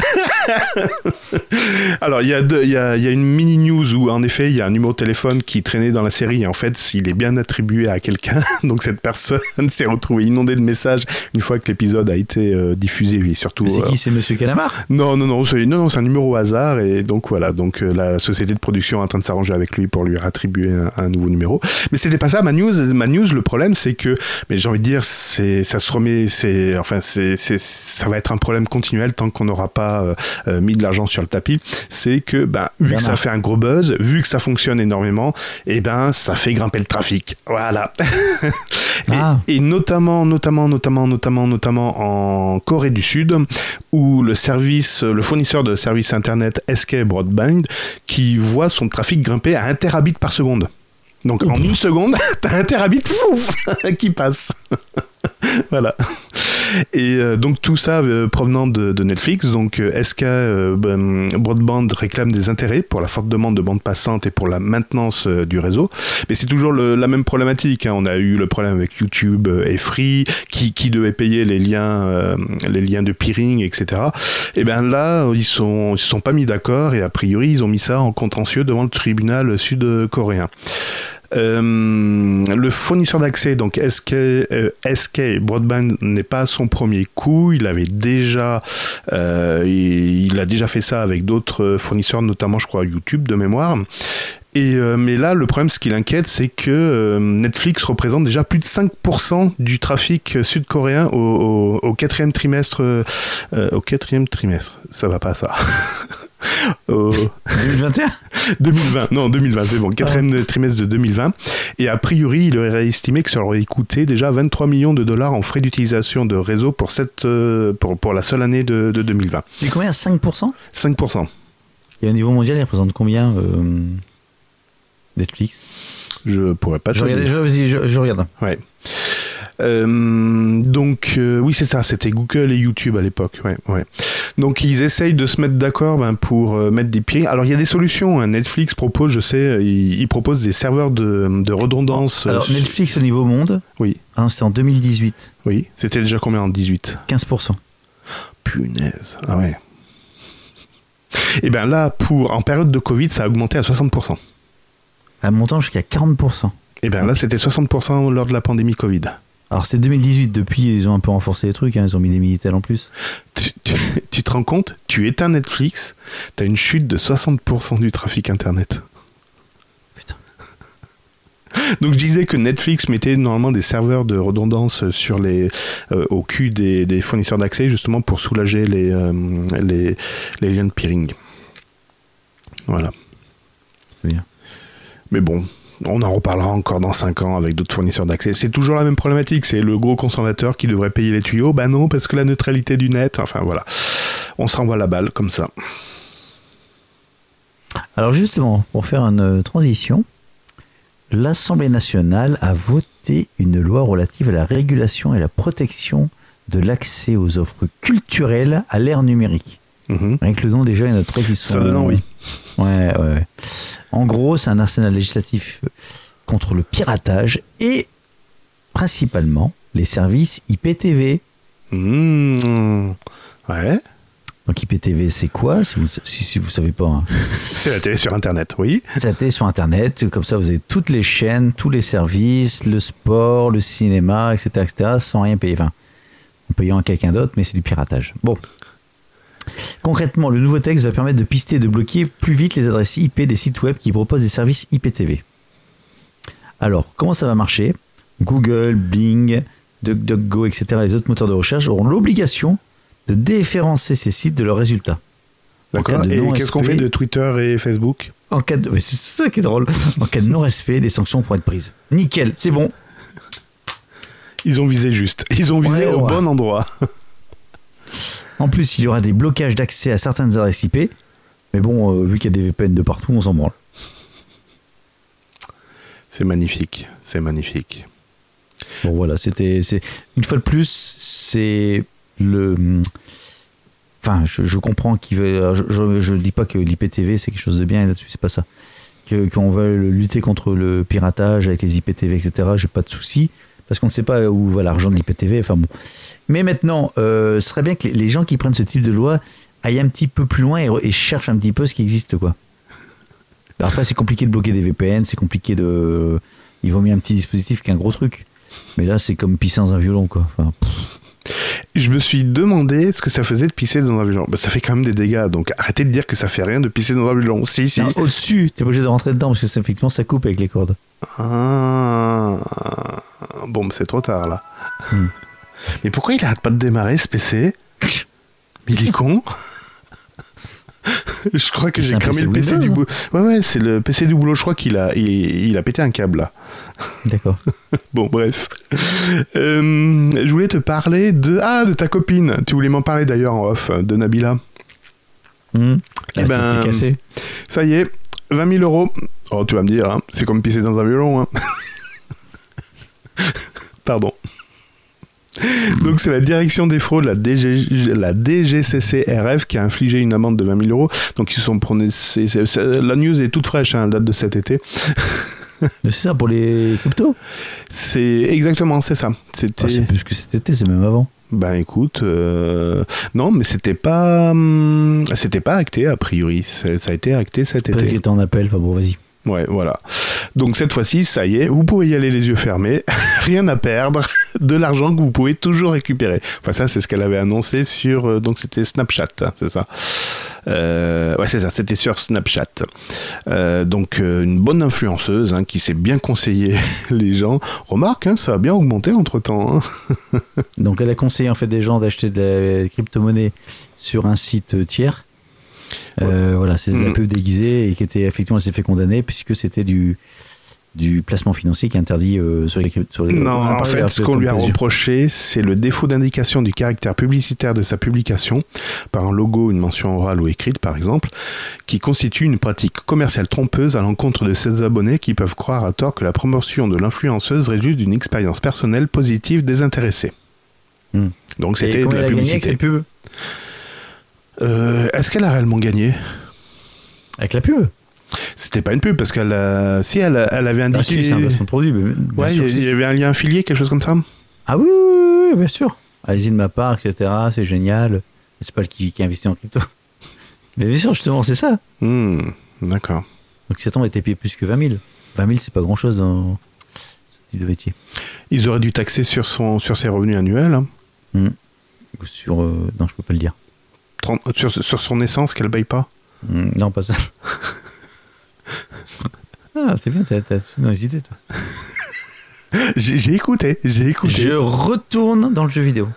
A: Alors, il y, a deux- il y a, il y a une mini-news où, en effet, il y a un numéro de téléphone qui traînait dans la série. Et en fait, il est bien attribué à quelqu'un. Donc, cette personne s'est retrouvée inondée de messages une fois que l'épisode a été euh, diffusé. Oui, surtout.
B: Mais C'est
A: euh,
B: qui C'est Monsieur Calamar
A: Non, non, non, c'est, non, non, c'est un numéro au hasard. Et donc, voilà. Donc, euh, la société de production est en train de s'arranger avec lui pour lui attribuer un, un nouveau numéro. Mais c'était pas ça, ma news. Ma news, le problème, c'est que, mais j'ai envie de dire, c'est, ça se remet, c'est, enfin, c'est, c'est, ça va être un problème continuel tant qu'on n'aura pas euh, euh, mis de l'argent sur le tapis. C'est que, ben, vu que ça
B: Bernard.
A: fait un gros buzz, vu que ça fonctionne énormément, et ben, ça fait grimper le trafic. Voilà. Et-
B: Ah.
A: et, notamment, notamment, notamment, notamment, notamment en Corée du Sud, où le service, le fournisseur de services internet SK Broadband, qui voit son trafic grimper à 1 terabit par seconde. Donc en une seconde, t'as un terabit fouf, qui passe. voilà. Et euh, donc tout ça euh, provenant de, de Netflix. Donc euh, SK euh, ben, Broadband réclame des intérêts pour la forte demande de bande passante et pour la maintenance euh, du réseau. Mais c'est toujours le- la même problématique. hein. On a eu le problème avec YouTube euh, et Free, qui, qui devait payer les liens, euh, les liens de peering, etc. Et bien là, ils sont, ils se sont pas mis d'accord et a priori, ils ont mis ça en contentieux devant le tribunal sud-coréen. Euh, le fournisseur d'accès, donc SK, euh, SK Broadband, n'est pas son premier coup. Il avait déjà, euh, il, il a déjà fait ça avec d'autres fournisseurs, notamment, je crois, YouTube de mémoire. Et, euh, mais là, le problème, ce qui l'inquiète, c'est que euh, Netflix représente déjà plus de 5% du trafic sud-coréen au, au- au quatrième trimestre. euh, au quatrième trimestre, ça va pas ça. Au-
B: 2021
A: 2020, non 2020, c'est bon, quatrième trimestre de 2020. Et a priori, il aurait estimé que ça aurait coûté déjà 23 millions de dollars en frais d'utilisation de réseau pour, cette, euh, pour, pour la seule année de, de 2020.
B: C'est combien 5%
A: 5%.
B: Et au niveau mondial, il représente combien euh, Netflix
A: Je pourrais pas te
B: je regarde,
A: dire.
B: je, vas-y, je- je regarde.
A: Ouais. Euh, donc euh, oui c'est ça, c'était Google et YouTube à l'époque. Ouais, ouais. Donc ils essayent de se mettre d'accord ben, pour euh, mettre des prix. Alors il y a des solutions. hein. Netflix propose, je sais, euh, ils ils proposent des serveurs de, de redondance. euh,
B: Alors,
A: sur-
B: Netflix au niveau monde,
A: Oui,
B: ah non, c'était en 2018,
A: oui. C'était déjà combien en 18
B: 15%.
A: Punaise. Ah ouais. Et bien là, pour, en période de Covid, ça a augmenté à 60%.
B: À montant jusqu'à 40%.
A: Et bien Eh ben, là, c'était 60% lors de la pandémie Covid.
B: Alors, c'est 2018, depuis, ils ont un peu renforcé les trucs, hein, ils ont mis des militaires en plus.
A: Tu, tu- tu te rends compte Tu éteins Netflix, t'as une chute de 60% du trafic Internet.
B: Putain.
A: Donc je disais que Netflix mettait normalement des serveurs de redondance sur les, euh, au cul des, des fournisseurs d'accès justement pour soulager les, euh, les, les liens de peering. Voilà.
B: C'est bien.
A: Mais bon, on en reparlera encore dans 5 ans avec d'autres fournisseurs d'accès. C'est toujours la même problématique, c'est le gros conservateur qui devrait payer les tuyaux. Bah non, parce que la neutralité du net, enfin voilà. On se renvoie la balle comme ça.
B: Alors, justement, pour faire une euh, transition, l'Assemblée nationale a voté une loi relative à la régulation et la protection de l'accès aux offres culturelles à l'ère numérique.
A: Mhm.
B: Rien que le nom, déjà, il y en a trois qui sont.
A: Ça donne envie.
B: Ouais, ouais, ouais. En gros, c'est un arsenal législatif contre le piratage et principalement les services IPTV.
A: Mhm. Ouais,
B: Donc, IPTV, c'est quoi si vous, si, si vous savez pas, hein.
A: c'est la télé sur Internet, oui.
B: ça a été sur Internet, comme ça, vous avez toutes les chaînes, tous les services, le sport, le cinéma, etc., etc., sans rien payer. Enfin, en payant à quelqu'un d'autre, mais c'est du piratage. Bon. Concrètement, le nouveau texte va permettre de pister et de bloquer plus vite les adresses IP des sites web qui proposent des services IPTV. Alors, comment ça va marcher Google, Bing, DuckDuckGo, etc., les autres moteurs de recherche auront l'obligation de déférencer ces sites de leurs résultats. En cas
A: D'accord.
B: de
A: Et
B: non
A: qu'est-ce qu'on
B: respect-
A: fait de Twitter et Facebook
B: en cas de, mais c'est ça qui est drôle. En cas de non-respect, des sanctions pourraient être prises. Nickel, c'est bon.
A: Ils ont visé juste. Ils ont visé
B: Ouais,
A: au
B: ouais.
A: bon endroit.
B: En plus, il y aura des blocages d'accès à certaines adresses IP. Mais bon, euh, vu qu'il y a des VPN de partout, on s'en branle.
A: C'est magnifique. C'est magnifique.
B: Bon voilà, c'était, c'est une fois de plus, c'est le, Enfin, je, je comprends qu'ils veulent. Je, je, je dis pas que l'IPTV c'est quelque chose de bien et là-dessus c'est pas ça. Que- Qu'on veut lutter contre le piratage avec les IPTV, etc. J'ai pas de souci parce qu'on ne sait pas où va l'argent de l'IPTV. Enfin bon. Mais maintenant, euh, ce serait bien que les- les gens qui prennent ce type de loi aillent un petit peu plus loin et, re- et cherchent un petit peu ce qui existe, quoi. Alors Après, c'est compliqué de bloquer des VPN, c'est compliqué de. Il vaut mieux un petit dispositif qu'un gros truc. Mais là, c'est comme pisser dans un violon, quoi. Enfin, pff,
A: Je me suis demandé ce que ça faisait de pisser dans un violon. Bah, ça fait quand même des dégâts, donc arrêtez de dire que ça fait rien de pisser dans un violon. Si, si.
B: non, Au-dessus, t'es pas obligé de rentrer dedans parce que c'est effectivement ça coupe avec les cordes.
A: Ah. Bon, mais c'est trop tard là.
B: Hmm.
A: Mais pourquoi il arrête pas de démarrer ce PC Mais Il est con. Je crois que
B: Mais c'est
A: j'ai
B: un
A: cramé
B: PC
A: le PC du
B: Windows, hein.
A: boulot. Ouais, ouais, c'est le PC du boulot. Je crois qu'il a, il, il a pété un câble là.
B: D'accord.
A: Bon, bref. Euh, je voulais te parler de. Ah, de ta copine. Tu voulais m'en parler d'ailleurs en off, de Nabila.
B: Hmm.
A: Eh
B: Ah, tu
A: ben,
B: t'es cassé.
A: Ça y est, 20 000 euros. Oh, tu vas me dire, hein, c'est comme pisser dans un violon. hein. Pardon. Donc c'est la direction des fraudes, la, DG, la DGCCRF, qui a infligé une amende de 20 000 euros. Donc ils se sont prononcés. c'est- c'est- la news est toute fraîche, hein, elle date de cet été.
B: Mais c'est ça pour les cryptos
A: C'est exactement, c'est ça. C'était.
B: Ah, C'est plus que cet été, c'est même avant.
A: Ben écoute, euh, non, mais c'était pas, hum, c'était pas acté a priori. C'est- Ça a été acté cet
B: Peut-être
A: été.
B: qu'il était en appel. Enfin bon, vas-y.
A: Ouais, voilà. Donc cette fois-ci, ça y est, vous pouvez y aller les yeux fermés, rien à perdre, de l'argent que vous pouvez toujours récupérer. Enfin ça, c'est ce qu'elle avait annoncé sur, euh, donc c'était Snapchat, hein, c'est ça. Euh, ouais, c'est ça, c'était sur Snapchat. Euh, donc euh, une bonne influenceuse hein, qui sait bien conseiller les gens. Remarque, hein, ça a bien augmenté entre-temps. hein.
B: Donc elle a conseillé en fait des gens d'acheter de la crypto-monnaie sur un site euh, tiers. Euh, voilà, c'est de la
A: Mm.
B: pub déguisée et qui était effectivement elle s'est fait condamner puisque c'était du du placement financier qui est interdit euh, sur les crypt- sur les
A: Non,
B: On a
A: en
B: parlé de la
A: fait, ce qu'on lui a
B: crypto-monnaie.
A: reproché, c'est le défaut d'indication du caractère publicitaire de sa publication, par un logo, une mention orale ou écrite, par exemple, qui constitue une pratique commerciale trompeuse à l'encontre de ses abonnés qui peuvent croire à tort que la promotion de l'influenceuse résulte d'une expérience personnelle positive désintéressée.
B: Hmm.
A: Donc
B: Et
A: c'était de
B: comment
A: la
B: elle a gagné
A: publicité.
B: avec, ses pubs
A: Euh, Est-ce qu'elle a réellement gagné
B: avec la pub
A: C'était pas une pub parce qu'elle a... si elle, a- elle avait
B: Ah,
A: indiqué.
B: si, c'est un placement de produit. mais bien
A: Ouais,
B: sûr,
A: il y-
B: si,
A: il y
B: si.
A: avait un lien affilié, quelque chose comme ça.
B: Ah oui, oui, oui, bien sûr. Allez-y de ma part, etc. C'est génial. C'est pas le qui, qui a investi en crypto. Mais bien sûr, justement, c'est ça.
A: Hmm, D'accord.
B: Donc cet homme était payé plus que 20 000. 20 000, c'est pas grand-chose dans ce type de métier.
A: Ils auraient dû taxer sur, son, sur ses revenus annuels, hein.
B: Ou sur... euh, non, je peux pas le dire.
A: 30 euh, sur, sur son essence qu'elle paye pas.
B: Mm, Non, pas ça. ah, c'est bien, t'as t'as dans les idées, toi.
A: J'ai j'ai écouté, j'ai écouté.
B: Je retourne dans le jeu vidéo.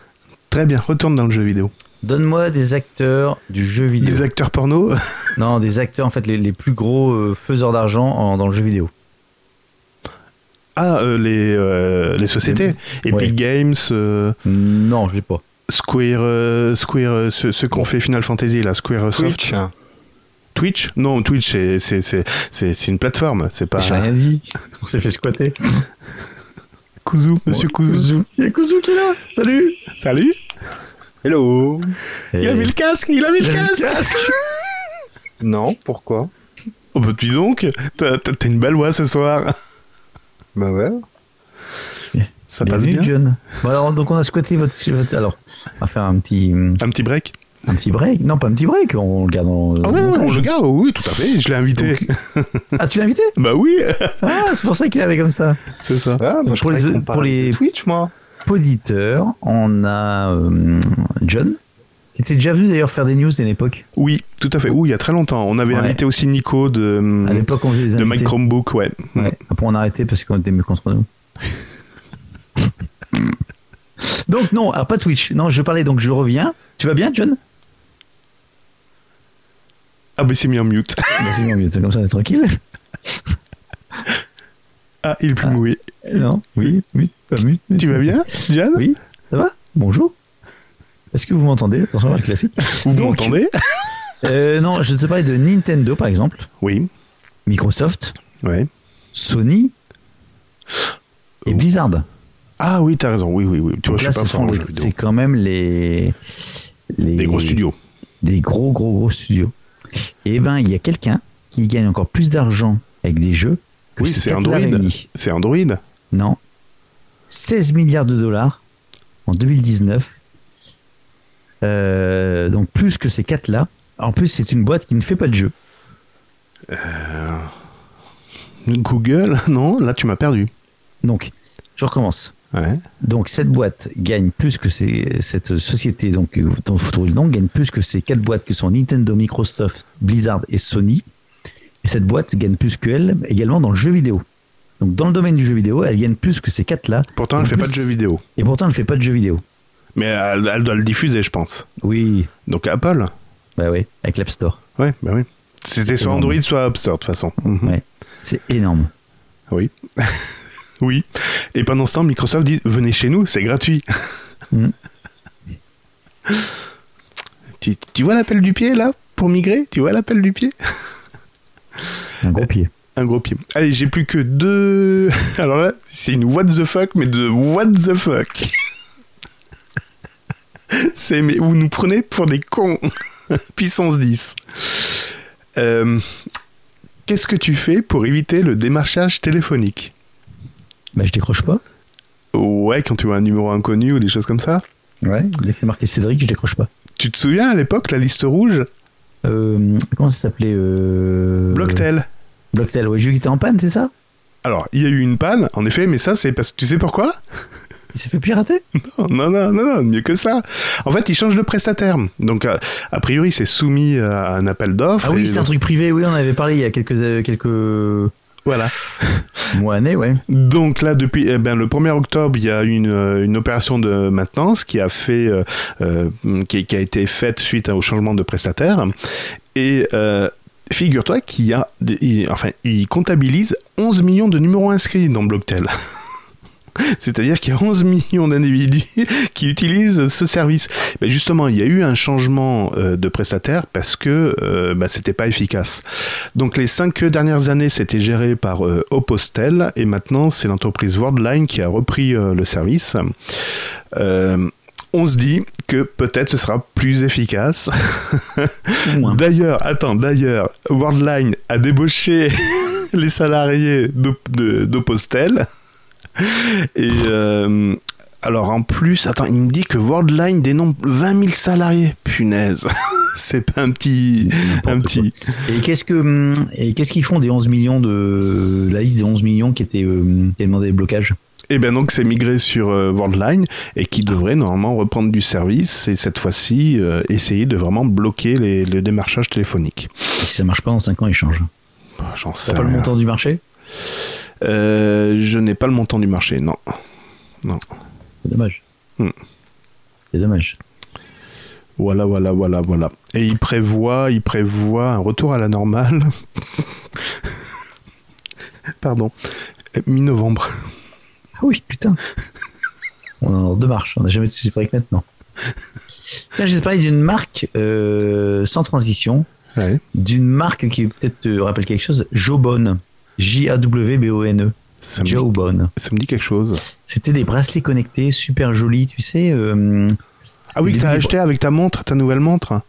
A: Très bien, retourne dans le jeu vidéo.
B: Donne-moi des acteurs du jeu vidéo.
A: Des acteurs porno
B: Non, des acteurs, en fait, les, les plus gros euh, faiseurs d'argent en- dans le jeu vidéo.
A: Ah, euh, les, euh, les sociétés. Epic
B: Ouais.
A: Games, euh,
B: Non, je l'ai pas.
A: Square, euh, Square euh, ce, ce qu'on fait Final Fantasy, là, Square Soft.
E: Twitch.
A: Twitch Non, Twitch, c'est- c'est- c'est c'est- c'est une plateforme, c'est pas...
B: J'ai rien dit. On s'est fait squatter.
A: Kouzou, monsieur Kouzou.
B: Il y a Kuzu qui est là. Salut.
A: Salut
E: Hello.
A: Il a mis le casque, il a mis le
B: Il a mis le
A: casque
E: Non, pourquoi
A: Oh bah dis donc, t'as t'as- t'as une belle voix ce soir.
E: Bah ouais.
A: Ça passe
B: Bienvenue,
A: bien
B: John. Bon, alors, donc on a squatté votre, votre- Alors, on va faire un petit,
A: Un petit break
B: un petit break. Non, pas un petit break. On le garde en.
A: Ah
B: en
A: oui,
B: montage.
A: on le garde, oui, tout à fait, je l'ai invité.
B: Donc- Ah, tu l'as invité
A: Bah oui
B: Ah, c'est pour ça qu'il avait comme ça.
A: C'est ça.
E: Ah, moi, je
B: Pour les-
E: croyais qu'on
B: pour
E: parlait
B: les-
E: de Twitch, moi.
B: Poditeur, on a euh, John, qui était déjà venu d'ailleurs faire des news à une époque.
A: Oui, tout à fait. Ouh, il y a très longtemps. On avait
B: Ouais.
A: invité aussi Nico de, hum,
B: À l'époque, on faisait des
A: de
B: invités.
A: Mike Chromebook, ouais.
B: Ouais. Après, on a arrêté parce qu'on était mieux contre nous. donc, non, alors pas Twitch. Non, je parlais, donc je reviens. Tu vas bien, John
A: Ah, bah, il s'est mis en mute.
B: Bah, C'est bon, mieux, comme ça, on est tranquille.
A: Ah, il plume,
B: Ah.
A: oui.
B: Non, oui, mute, pas mute. mute.
A: Tu vas bien, Jeanne
B: Oui, ça va Bonjour. Est-ce que vous m'entendez Attention, on va le classique.
A: Vous
B: Donc,
A: m'entendez
B: euh, Non, je te parlais de Nintendo, par exemple,
A: Oui,
B: Microsoft,
A: ouais.
B: Sony et Blizzard.
A: Ah oui, t'as raison. Oui, oui, oui. Tu vois,
B: Donc
A: je
B: là,
A: suis pas
B: ce
A: fort
B: sont
A: en
B: les-
A: jeux vidéo.
B: C'est quand même les, les
A: Des gros studios.
B: des gros, gros, gros studios, et ben il y a quelqu'un qui gagne encore plus d'argent avec des jeux que
A: Oui,
B: ces
A: c'est
B: quatre-là
A: Android.
B: réunis.
A: C'est Android.
B: Non. 16 milliards de dollars en 2019. Euh, donc plus que ces quatre-là. En plus, c'est une boîte qui ne fait pas de jeu.
A: Google, non, là tu m'as perdu.
B: Donc, je recommence.
A: Ouais.
B: Donc cette boîte gagne plus que ces- cette société donc euh, dont vous trouvez le nom gagne plus que ces quatre boîtes que sont Nintendo, Microsoft, Blizzard et Sony. Et cette boîte gagne plus qu'elle également dans le jeu vidéo. Donc dans le domaine du jeu vidéo, elle gagne plus que ces quatre là.
A: Pourtant, elle
B: En
A: fait pas de
B: plus-
A: jeux vidéo.
B: Et pourtant, elle ne fait pas de jeux vidéo.
A: Mais elle, elle doit le diffuser, je pense.
B: Oui,
A: Donc Apple
B: bah oui, avec l'App Store.
A: Ouais, bah oui. C'était soit
B: énorme.
A: Android, soit App Store, de toute façon. Mhm.
B: Ouais, c'est énorme.
A: Oui. oui. Et pendant ce temps, Microsoft dit venez chez nous, c'est gratuit.
B: Mhm.
A: tu, tu vois l'appel du pied, là Pour migrer Tu vois l'appel du pied
B: Un gros pied.
A: Un gros pied. Allez, j'ai plus que deux. Alors là, c'est une what the fuck, mais de what the fuck. c'est mais vous nous prenez pour des cons. Puissance 10. Euh, Qu'est-ce que tu fais pour éviter le démarchage téléphonique
B: Bah je décroche pas.
A: Ouais, quand tu vois un numéro inconnu ou des choses comme ça.
B: Ouais. Dès que c'est marqué Cédric, je décroche pas.
A: Tu te souviens à l'époque la liste rouge
B: Euh, comment ça s'appelait euh...
A: Blocktel.
B: Blocktel, ouais, j'ai vu qu'il était en panne, c'est ça
A: Alors, il y a eu une panne, en effet, mais ça, c'est parce que tu sais pourquoi
B: Il s'est fait pirater
A: Non, non, non, non, mieux que ça. En fait, ils changent de prestataire. Donc, euh, a priori, c'est soumis euh, à un appel d'offres.
B: Ah oui,
A: et-
B: c'est un truc privé, oui, on en avait parlé il y a quelques, euh, quelques
A: Voilà.
B: mois, années, ouais.
A: Donc là, depuis eh ben, le 1er octobre, il y a une, euh, une opération de maintenance qui a, fait, euh, euh, qui, qui a été faite suite au changement de prestataire. Et euh, figure-toi qu'il y a, des- il- enfin, ils comptabilisent 11 millions de numéros inscrits dans Blocktel. C'est-à-dire qu'il y a 11 millions d'individus qui utilisent ce service. Ben justement, il y a eu un changement euh, de prestataire parce que euh, ben, c'était pas efficace. Donc les cinq dernières années, c'était géré par euh, Opostel et maintenant c'est l'entreprise Worldline qui a repris euh, le service. Euh, on se dit que peut-être ce sera plus efficace.
B: Ou moins.
A: D'ailleurs, attends, d'ailleurs, Worldline a débauché les salariés d'Op- de- d'Opostel. Et euh, alors en plus, attends, il me dit que Worldline dénombre 20 000 salariés. Punaise, c'est pas un petit, un
B: N'importe
A: petit.
B: Et qu'est-ce que hum, et qu'est-ce qu'ils font des 11 millions de la liste des 11 millions qui était euh, qui a demandé des blocages
A: Et bien Eh ben donc c'est migré sur euh, Worldline et qui devrait normalement reprendre du service et cette fois-ci euh, essayer de vraiment bloquer les, le démarchage téléphonique.
B: Et Si ça marche pas dans 5 ans, ils changent.
A: Bah, J'en sais
B: T'as pas le
A: rien.
B: montant du marché
A: Euh, je n'ai pas le montant du marché, non.
B: C'est dommage.
A: Hmm.
B: C'est dommage.
A: Voilà, voilà, voilà, voilà. Et il prévoit, il prévoit un retour à la normale. Pardon. Euh, Mi-novembre.
B: Ah oui, putain. On en a deux marches, on n'a jamais de soucis avec maintenant. Tiens, je vais te parler d'une marque euh, sans transition,
A: Ouais.
B: d'une marque qui peut-être te rappelle quelque chose, Jawbone. J-A-W-B-O-N-E.
A: Ça me, dit,
B: Jawbone.
A: ça me dit quelque chose.
B: E. C'était des bracelets connectés, super jolis, tu sais. euh,
A: Ah oui,
B: c'était
A: que t'as
B: des-
A: acheté avec ta montre, ta nouvelle montre. Ah,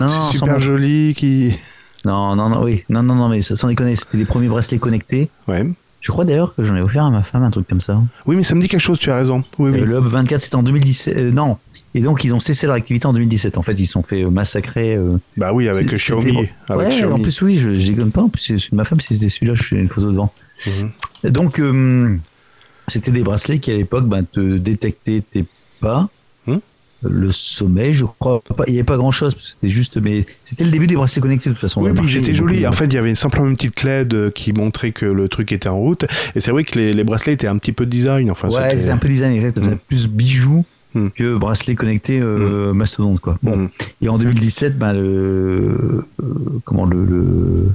B: Non, non, sans
A: Super
B: mon-
A: jolie qui.
B: non, non, non, oui. Non, non, non, mais sans déconner, c'était les premiers bracelets connectés.
A: Ouais.
B: Je crois d'ailleurs que j'en ai offert à ma femme un truc comme ça.
A: Oui, mais ça me dit quelque chose, tu as raison. Oui, oui.
B: Euh, le Hub 24, c'était en 2017. euh, non. Et donc, ils ont cessé leur activité en 2017. En fait, ils se sont fait euh, massacrer. euh,
A: Bah oui, avec
B: C'est-
A: Xiaomi.
B: c'était-
A: Avec
B: ouais,
A: Xiaomi.
B: en plus, oui, je, je déconne pas. En plus, c'est celui de ma femme, c'est celui-là, je fais une photo devant.
A: Mhm.
B: Donc, euh, c'était des bracelets qui, à l'époque, ben, te détectaient tes pas,
A: Mhm.
B: le sommeil, je crois. Pas- Il n'y avait pas grand-chose, parce que c'était juste. Mais c'était le début des bracelets connectés, de toute façon.
A: Oui,
B: Le
A: puis
B: marché
A: j'étais
B: est
A: joli.
B: beaucoup-
A: En fait, il y avait simplement une petite LED euh, qui montrait que le truc était en route. Et c'est vrai que les, les bracelets étaient un petit peu design. Enfin,
B: ouais,
A: c'était-
B: c'était un peu design, exact. ça faisait
A: Mhm.
B: Plus bijoux
A: Mhm.
B: que bracelets connectés euh,
A: Hmm.
B: mastodonte, quoi. Bon.
A: Mhm.
B: Et en 2017, ben, le. euh, comment le. le-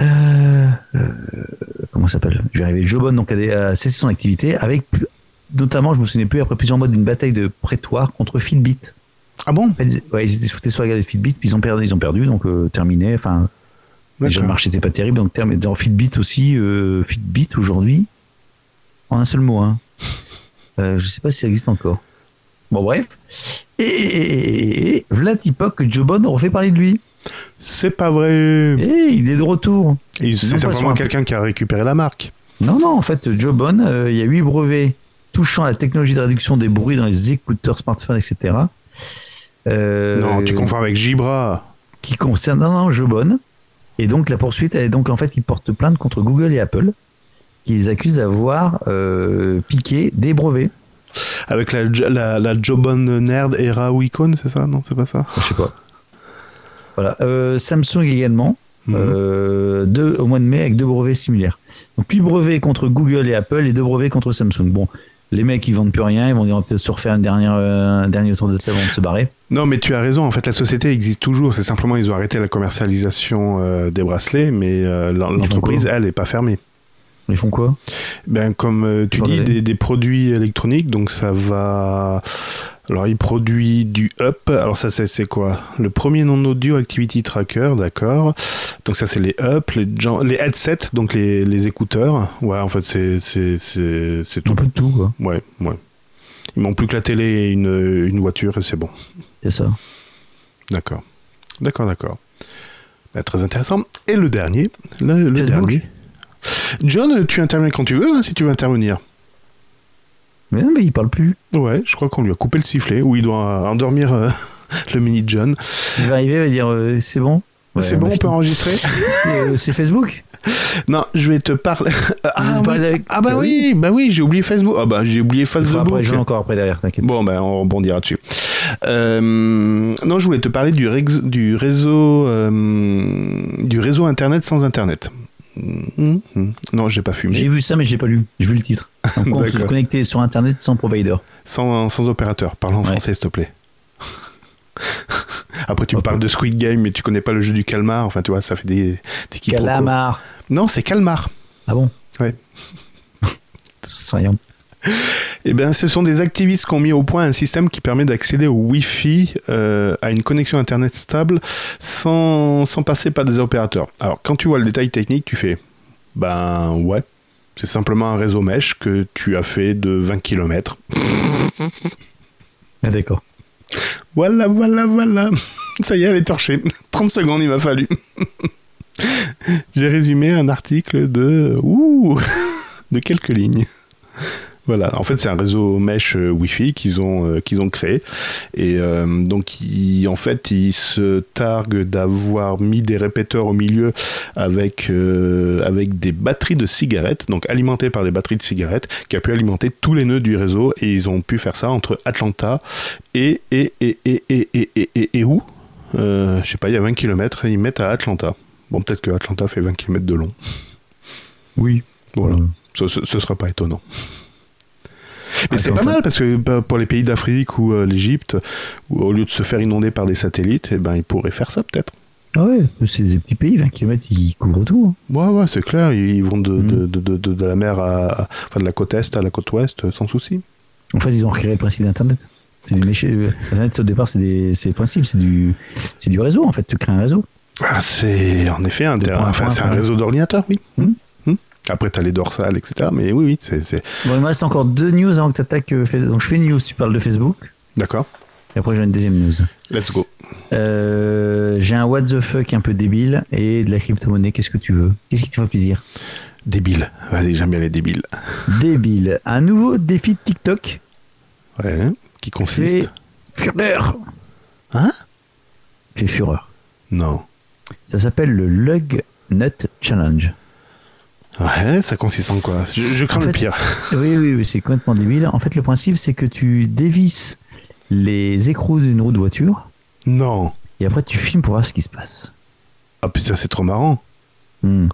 B: Euh, euh, comment ça s'appelle Je vais arriver. Jobon donc, a, dé- a cessé son activité avec. plus- Notamment, je me souviens plus, après plusieurs mois d'une bataille de prétoire contre Fitbit.
A: Ah bon
B: En fait, ils- ouais, ils étaient shootés sur la gueule de Fitbit, puis ils ont perdu, ils ont perdu donc euh, terminé. Enfin, déjà, le
A: D'accord.
B: marché n'était pas terrible, donc terminé. Dans Fitbit aussi, euh, Fitbit aujourd'hui, en un seul mot, hein. Euh, je sais pas si ça existe encore. Bon, bref. Et, et, et, et, et Vladipok Jobon refait parler de lui.
A: C'est pas vrai.
B: Et il est de retour.
A: Et C'est
B: pas
A: simplement
B: sur un-
A: quelqu'un qui a récupéré la marque.
B: Non, non, en fait, Jobon, euh, il y a huit brevets touchant la technologie de réduction des bruits dans les écouteurs, smartphones, etc. Euh,
A: Non, tu confonds avec Gibra.
B: Qui concerne. Non, non, Jobon. Et donc, la poursuite, elle est donc, en fait, ils portent plainte contre Google et Apple, qui les accusent d'avoir euh, piqué des brevets.
A: Avec la, la, la Jobon Nerd et Icon, c'est ça Non, c'est pas ça
B: Je sais pas. Voilà. Euh, Samsung également,
A: Mhm. Mm.
B: euh, deux, au mois de mai, avec deux brevets similaires. Donc, huit brevets contre Google et Apple et deux brevets contre Samsung. Bon, les mecs, ils vendent plus rien. Ils vont dire, on va peut-être se refaire une dernière, euh, un dernier tour de table avant de se barrer.
A: Non, mais tu as raison. En fait, la société existe toujours. C'est simplement ils ont arrêté la commercialisation euh, des bracelets, mais euh, l'en-
B: font
A: l'entreprise, elle, est pas fermée.
B: Ils font quoi
A: Ben, comme euh, tu
B: Sur
A: dis,
B: les-
A: des, des produits électroniques, donc ça va. Alors, il produit du Up. Alors, ça, c'est c'est quoi Le premier non-audio activity tracker, d'accord. Donc, ça, c'est les Up, les, gens- les headsets, donc les, les écouteurs. Ouais, en fait, c'est- c'est c'est- c'est
B: Un
A: tout.
B: peu de tout, quoi.
A: Ouais, ouais. Ils m'ont plus que la télé et une, une voiture et c'est bon.
B: C'est ça.
A: D'accord. D'accord, d'accord. Bah, très intéressant. Et le dernier. Le, le
B: Facebook.
A: dernier. John, tu interviens quand tu veux, hein, si tu veux intervenir.
B: Mais non, mais ils parlent plus.
A: Ouais, je crois qu'on lui a coupé le sifflet, ou il doit euh, endormir euh, le mini John.
B: Il va arriver, il va dire, euh, c'est bon. Ouais,
A: c'est bon,
B: ma
A: on peut
B: fille.
A: enregistrer
B: Euh, c'est Facebook
A: Ah, Non, je vais te parler.
B: veux
A: ah, oui.
B: parler avec-
A: Ah bah oui, bah oui, j'ai oublié Facebook. Ah bah j'ai oublié
B: Il
A: Facebook.
B: faudra après, j'en ai encore après derrière, t'inquiète.
A: Bon, ben, on rebondira dessus. Euh, non, je voulais te parler du, rex- du réseau euh, du réseau internet sans internet. Mhm. Non, j'ai pas
B: J'ai
A: fumé.
B: vu ça, mais je l'ai pas lu. J'ai vu le titre. Donc, on peut se
A: D'accord.
B: connecter sur Internet sans provider.
A: Sans, sans opérateur. Parle en
B: Ouais.
A: français, s'il te plaît. Après, tu me
B: Ok.
A: parles de Squid Game, mais tu connais pas le jeu du calmar. Enfin, tu vois, ça fait des, des quiproquos.
B: Calamar.
A: Non, c'est calmar.
B: Ah bon
A: Ouais.
B: C'est rien.
A: Eh bien, ce sont des activistes qui ont mis au point un système qui permet d'accéder au Wi-Fi euh, à une connexion Internet stable sans, sans passer par des opérateurs. Alors, quand tu vois le détail technique, tu fais Ben ouais, c'est simplement un réseau mesh que tu as fait de 20 km.
B: Ah, D'accord.
A: Voilà, voilà, voilà. Ça y est, elle est torchée. 30 secondes, il m'a fallu. J'ai résumé un article de. Ouh De quelques lignes. Voilà, en fait, c'est un réseau mesh euh, Wi-Fi qu'ils ont, euh, qu'ils ont créé. Et euh, donc, ils- en fait, ils se targuent d'avoir mis des répéteurs au milieu avec, euh, avec des batteries de cigarettes, donc alimentées par des batteries de cigarettes, qui a pu alimenter tous les nœuds du réseau. Et ils ont pu faire ça entre Atlanta et, et, et, et, et, et, et, et, et où Euh, Je sais pas, il y a 20 km, ils mettent à Atlanta. Bon, peut-être que Atlanta fait 20 km de long.
B: Oui.
A: Voilà.
B: Euh,
A: Ce, ce, ce sera pas étonnant. Mais c'est pas
B: Atlanta.
A: mal parce que bah, pour les pays d'Afrique ou euh, l'Égypte, où au lieu de se faire inonder par des satellites, eh ben, ils pourraient faire ça peut-être.
B: Ah ouais, c'est des petits pays, 20 km, ils couvrent tout. hein.
A: Ouais, ouais, c'est clair, ils ils vont de,
B: Mhm.
A: de, de, de, de- de la mer à, à- Enfin, de la côte est à la côte ouest, euh, sans souci.
B: hein. En fait, ils ont recréé le principe d'Internet. C'est des méchés. euh, Internet, au départ, c'est des c'est le principe, c'est du, c'est du réseau, en fait. Tu crées un réseau.
A: Ah, c'est en effet un,
B: De point à
A: enfin,
B: point,
A: c'est un
B: quoi.
A: réseau d'ordinateurs, oui.
B: Mhm.
A: Mhm. Après, t'as les dorsales, etc. Mais oui, oui, c'est. c'est-
B: Bon, il me reste encore deux news avant que tu attaques. Donc, je fais une news, tu parles de Facebook.
A: D'accord.
B: Et après, j'ai une deuxième news.
A: Let's go.
B: Euh, j'ai un what the fuck un peu débile et de la crypto-monnaie. Qu'est-ce que tu veux Qu'est-ce qui te fait plaisir
A: Débile. Vas-y, j'aime bien les débiles.
B: Débile. Un nouveau défi de TikTok.
A: Ouais. hein, Qui
B: Fait
A: consiste
B: fureur.
A: Hein
B: Fait fureur.
A: Non.
B: Ça s'appelle le Lug Nut Challenge.
A: Ouais, ça consiste en quoi Je, je crains
B: En
A: le
B: fait-
A: pire.
B: Oui, oui, oui, c'est complètement débile. En fait, le principe, c'est que tu dévisses les écrous d'une roue de voiture
A: Non.
B: et après tu filmes pour voir ce qui se passe.
A: Ah putain, c'est trop marrant.
B: Hmm.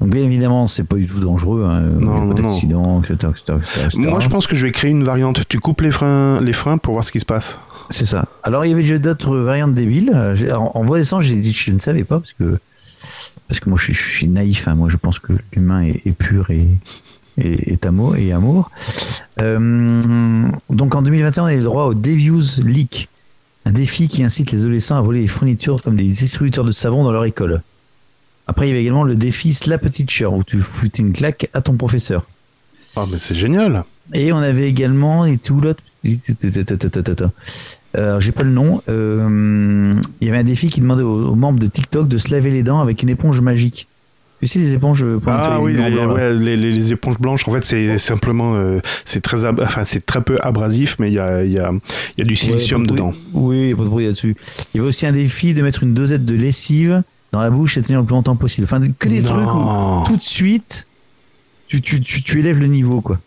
B: Donc, bien évidemment, c'est pas du tout dangereux. Hein.
A: Non,
B: Il y a pas
A: non, non.
B: d'accident, etc., etc., etc., etc.
A: Moi, je pense que je vais créer une variante. Tu coupes les freins, les freins pour voir ce qui se passe.
B: C'est ça. Alors, il y avait déjà d'autres variantes débiles. Euh, j'ai- En, en voie d'essence, j'ai dit que je ne savais pas parce que, parce que moi, je, suis- je suis naïf. hein. Moi, je pense que l'humain est, est pur et, et, est amour. Et amour. Euh, donc, en 2021, on a eu le droit au Devious Leak, un défi qui incite les adolescents à voler les fournitures comme des distributeurs de savon dans leur école. Après, il y avait également le défi Slap a Teacher, où tu foutais une claque à ton professeur.
A: Ah, mais c'est génial.
B: Et on avait également les Toulottes Euh, J'ai pas le nom. Euh, Il y avait un défi qui demandait aux, aux membres de TikTok de se laver les dents avec une éponge magique. Tu sais, les éponges euh, pour
A: Ah
B: nettoyer
A: oui,
B: les dents
A: les,
B: blancs, là.
A: ouais, les- les- les éponges blanches, en fait, c'est simplement, euh, c'est très, ab- enfin, c'est très peu abrasif, mais il y a, il y a- il y a du silicium
B: Ouais, pas de
A: dedans.
B: bruit. Oui, il n'y a pas de bruit là-dessus. Il y avait aussi un défi de mettre une dosette de lessive dans la bouche et tenir le plus longtemps possible. Enfin, que des
A: Non.
B: trucs où tout de suite, tu, tu, tu, tu élèves le niveau, quoi.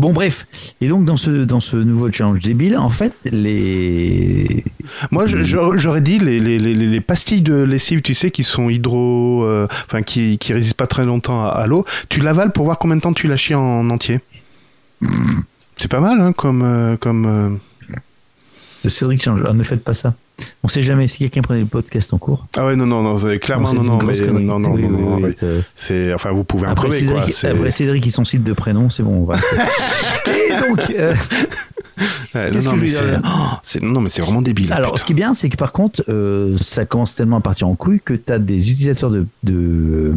B: Bon, bref. Et donc, dans ce, dans ce nouveau challenge débile, en fait, les.
A: Moi, je- je- j'aurais dit les, les- les- les pastilles de lessive, tu sais, qui sont hydro, euh, enfin, qui, qui résistent pas très longtemps à, à l'eau. Tu l'avales pour voir combien de temps tu la chies en entier. C'est pas mal, hein, comme, euh, comme. euh,
B: Le Cédric Challenge. Ah, ne faites pas ça. On sait jamais si quelqu'un prenait le podcast en cours.
A: Ah ouais, non, non, non, c'est- clairement,
B: C'est
A: non,
B: une
A: non,
B: grosse
A: mais-
B: connerie.
A: non, non,
B: Oui,
A: non,
B: oui,
A: non,
B: oui,
A: ouais.
B: euh,
A: C'est, enfin, vous pouvez en
B: Après
A: crever, quoi.
B: Cédric, euh,
A: c'est-
B: après Cédric et son site de prénom, c'est bon. on va- et donc, euh,
A: Ouais, non,
B: qu'est-ce que
A: non,
B: je
A: mais
B: veux dire,
A: c'est,
B: là
A: oh, c'est- non, mais c'est vraiment débile.
B: Alors,
A: putain.
B: ce qui est bien, c'est que par contre, euh, ça commence tellement à partir en couille que tu as des utilisateurs de, de,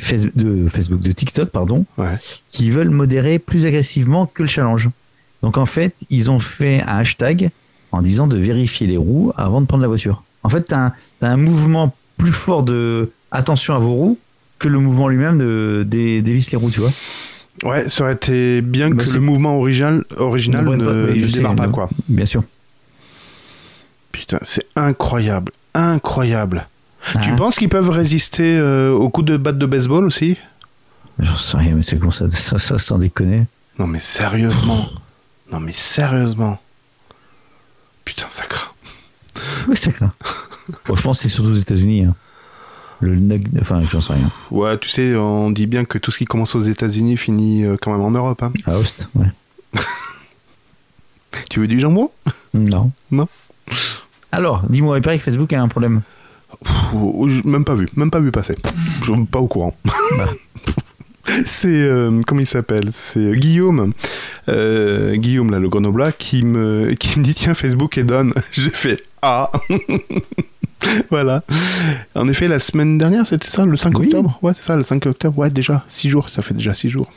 B: Face- de Facebook, de TikTok, pardon,
A: Ouais.
B: qui veulent modérer plus agressivement que le challenge. Donc, en fait, ils ont fait un hashtag en disant de vérifier les roues avant de prendre la voiture. En fait, tu as, un mouvement plus fort de attention à vos roues que le mouvement lui-même de, des dévisse les roues, tu vois.
A: Ouais, ça aurait été bien
B: Bah,
A: que
B: c'est-
A: le mouvement original, original
B: Ouais,
A: ne,
B: pas- oui,
A: ne
B: je sais,
A: démarre pas,
B: mais-
A: quoi.
B: Bien sûr.
A: Putain, c'est incroyable. Incroyable. Tu
B: Ah,
A: penses qu'ils peuvent résister euh, aux coups de batte de baseball aussi
B: J'en sais rien, mais c'est con, ça, ça, ça, sans déconner.
A: Non, mais sérieusement. Non, mais sérieusement. Putain, ça craint.
B: Oui, c'est clair. Bon, je pense que c'est surtout aux États-Unis. hein. Le nug... Enfin, j'en sais rien.
A: Ouais, tu sais, on dit bien que tout ce qui commence aux États-Unis finit euh, quand même en Europe. hein.
B: À Host, ouais.
A: Tu veux du jambon
B: Non.
A: Non.
B: Alors, dis-moi, il paraît que Facebook a un problème.
A: Ou- ou je- Même pas vu, même pas vu passer. Je suis pas au courant. C'est euh, comment il s'appelle C'est euh, Guillaume, Euh, Guillaume là, le Grenoblat, qui me qui me dit tiens Facebook est down. J'ai fait ah. voilà. En effet, la semaine dernière, c'était ça, le 5
B: Oui.
A: octobre. Ouais, c'est ça, le 5 octobre. Ouais, déjà 6 jours. Ça fait déjà 6 jours.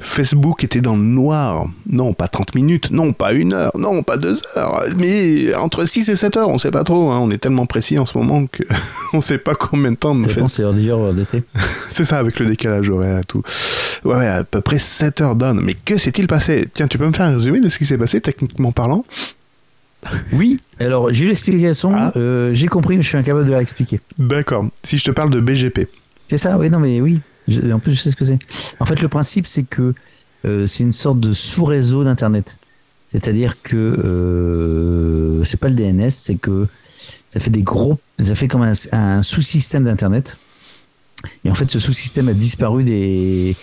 A: Facebook était dans le noir. Non, pas 30 minutes, non, pas une heure, non, pas deux heures, mais entre 6 et 7 heures, on sait pas trop. hein. On est tellement précis en ce moment que on sait pas combien de temps.
B: Ça
A: fait-
B: dépend, c'est hors d'hier ou hors d'été.
A: C'est ça, avec le décalage horaire et tout. Ouais, ouais, à peu près 7 heures d'onne. Mais que s'est-il passé Tiens, tu peux me faire un résumé de ce qui s'est passé techniquement parlant
B: Oui, alors j'ai eu l'explication,
A: Ah.
B: euh, j'ai compris, mais je suis incapable de la expliquer.
A: D'accord. Si je te parle de BGP.
B: C'est ça, oui, non, mais oui. Je- en plus, je sais ce que c'est. En fait, le principe, c'est que euh, c'est une sorte de sous-réseau d'Internet. C'est-à-dire que euh, c'est pas le DNS, c'est que ça fait des gros. Ça fait comme un, un sous-système d'Internet. Et en fait, ce sous-système a disparu des.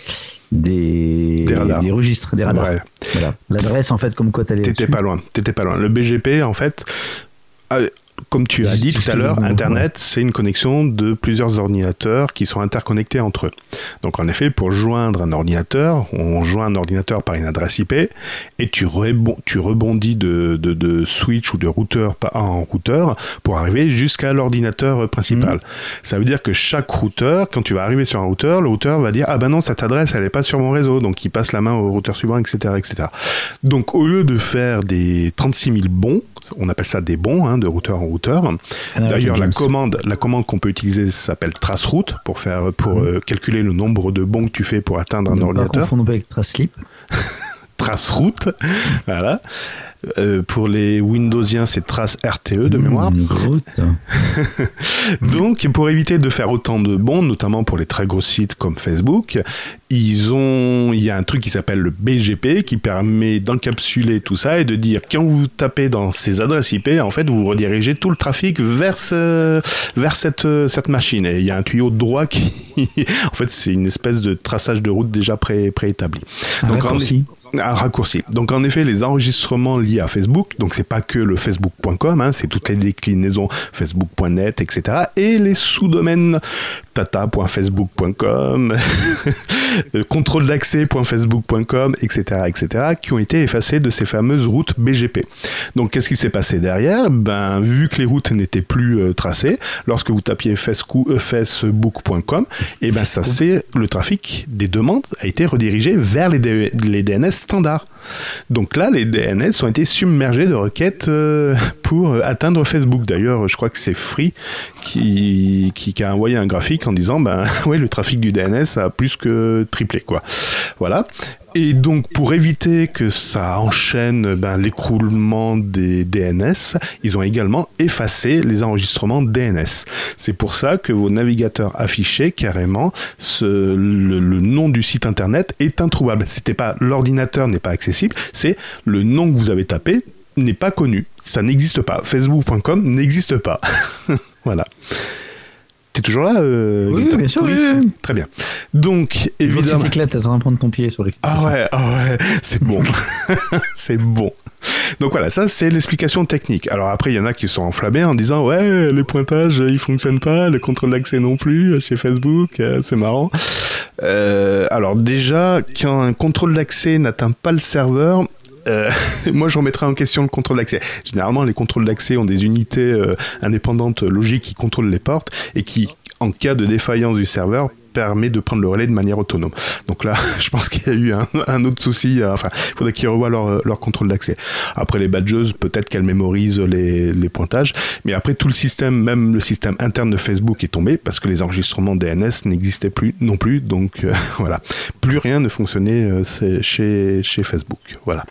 B: Des,
A: Des radars.
B: registres, des radars.
A: Ouais,
B: Voilà. L'adresse, en fait, comme quoi t'allais.
A: Ah, bah, t'étais
B: là-dessus.
A: pas loin. T'étais pas loin. Le BGP, en fait, euh, comme tu as
B: Juste
A: dit tout à
B: expliquer
A: l'heure,
B: le mot,
A: Internet, c'est une connexion de plusieurs ordinateurs qui sont interconnectés entre eux. Donc, en effet, pour joindre un ordinateur, on joint un ordinateur par une adresse IP et tu, rebon- tu rebondis de, de- de switch ou de routeur pa- en routeur pour arriver jusqu'à l'ordinateur euh, principal. Ça veut dire que chaque routeur, quand tu vas arriver sur un routeur, le routeur va dire Ah ben non, cette adresse, elle n'est pas sur mon réseau. Donc il passe la main au routeur suivant, etc. etc. Donc au lieu de faire des 36 000 bons, on appelle ça des bons, hein, de routeur en routeur,
B: Ah,
A: D'ailleurs,
B: ok,
A: la
B: James.
A: commande, la commande qu'on peut utiliser s'appelle traceroute pour faire, pour
B: Ah
A: euh, calculer le nombre de bons que tu fais pour atteindre un
B: Ne Pas
A: ordinateur.
B: confondre avec Traslip.
A: Traceroute, voilà. Euh, pour les Windowsiens, c'est trace RTE de mémoire.
B: Une route.
A: Donc, pour éviter de faire autant de bons, notamment pour les très gros sites comme Facebook, ils ont, il y a un truc qui s'appelle le BGP qui permet d'encapsuler tout ça et de dire quand vous tapez dans ces adresses IP, en fait, vous redirigez tout le trafic vers ce- vers cette euh, cette machine. Et il y a un tuyau droit qui, en fait, c'est une espèce de traçage de route déjà pré préétabli.
B: Un
A: Donc, en-
B: raccourci.
A: un raccourci. Donc en effet, les enregistrements liés à Facebook, donc c'est pas que le facebook.com, hein, c'est toutes les déclinaisons facebook.net, etc. Et les sous-domaines tata.facebook.com, euh, contrôle d'accès.facebook.com, etc., etc., qui ont été effacées de ces fameuses routes BGP. Donc, qu'est-ce qui s'est passé derrière Ben, vu que les routes n'étaient plus euh, tracées, lorsque vous tapiez fescou- euh, facebook.com, et ben ça c'est le trafic des demandes a été redirigé vers les, D- E, les DNS standards. Donc là, les DNS ont été submergés de requêtes euh, pour euh, atteindre Facebook. D'ailleurs, je crois que c'est Free qui, qui, qui a envoyé un graphique en disant, ben ouais, le trafic du DNS a plus que triplé, quoi. Voilà. Et donc, pour éviter que ça enchaîne ben, l'écroulement des DNS, ils ont également effacé les enregistrements DNS. C'est pour ça que vos navigateurs affichaient carrément ce- le, le nom du site internet est introuvable. C'était pas l'ordinateur n'est pas accessible, c'est le nom que vous avez tapé n'est pas connu. Ça n'existe pas. Facebook.com n'existe pas. voilà. T'es toujours là euh,
B: Oui,
A: Gunther
B: bien sûr, oui, oui, oui.
A: Très bien. Donc,
B: Évidemment. Tu
A: évidemment.
B: t'éclates, t'es en train de prendre ton pied sur
A: Ah
B: l'explication.
A: ouais, ah ouais, c'est bon. c'est bon. Donc voilà, ça c'est l'explication technique. Alors après, il y en a qui sont enflammés en disant ouais, les pointages euh, ils fonctionnent pas, le contrôle d'accès non plus euh, chez Facebook, euh, c'est marrant. Euh, alors déjà, quand un contrôle d'accès n'atteint pas le serveur, euh, moi je remettrai en question le contrôle d'accès. Généralement, les contrôles d'accès ont des unités euh, indépendantes euh, logiques qui contrôlent les portes et qui, en cas de défaillance du serveur, permet de prendre le relais de manière autonome. Donc là, je pense qu'il y a eu un, un autre souci. euh, Enfin, il faudrait qu'ils revoient leur, euh, leur contrôle d'accès. Après les badgeuses, peut-être qu'elles mémorisent les, les pointages, mais après tout le système, même le système interne de Facebook est tombé parce que les enregistrements DNS n'existaient plus non plus. Donc euh, voilà, plus rien ne fonctionnait euh, c'est- chez, chez Facebook. Voilà.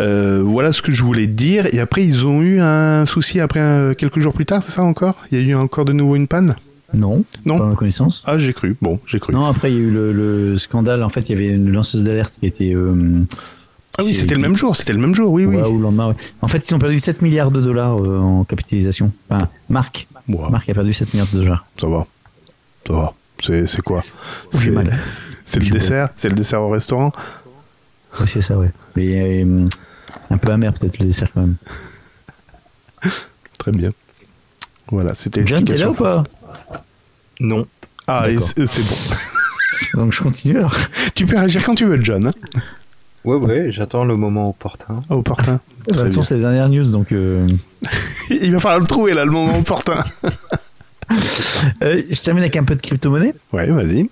A: Euh, voilà ce que je voulais dire. Et après, ils ont eu un souci après euh, quelques jours plus tard, c'est ça encore Il y a eu encore de nouveau une panne
B: Non,
A: Non.
B: pas ma connaissance.
A: Ah, j'ai cru. Bon, j'ai cru.
B: Non, après, il y a eu le, le scandale. En fait, il y avait une lanceuse d'alerte qui était. euh,
A: ah oui,
B: c'est-
A: c'était le même jour. C'était le même jour. Oui, oui.
B: Ouais, ou le lendemain, ouais. En fait, ils ont perdu 7 milliards de dollars euh, en capitalisation. Enfin, Marc.
A: Bon,
B: Marc a perdu 7 milliards de dollars.
A: ça va. Ça va. C'est c'est quoi
B: J'ai
A: C'est-
B: mal.
A: C'est le
B: J'ai mal.
A: dessert C'est le dessert au restaurant
B: Oui, c'est ça, ouais. Mais euh, un peu amer, peut-être, le dessert, quand même.
A: Très bien. Voilà, c'était
B: John, t'es là ou
A: l'explication.
B: pas
E: Non.
A: Ah, et
B: D'accord.
A: c'est c'est bon.
B: Donc, je continue alors.
A: tu peux réagir quand tu veux, John. hein,
E: Ouais, ouais, j'attends le moment opportun.
A: opportun.
B: De toute
A: Très
B: façon, c'est les dernières news, donc. euh,
A: bien. Il va falloir le trouver, là, le moment opportun.
B: euh, je termine avec un peu de crypto-monnaie.
A: Ouais, vas-y.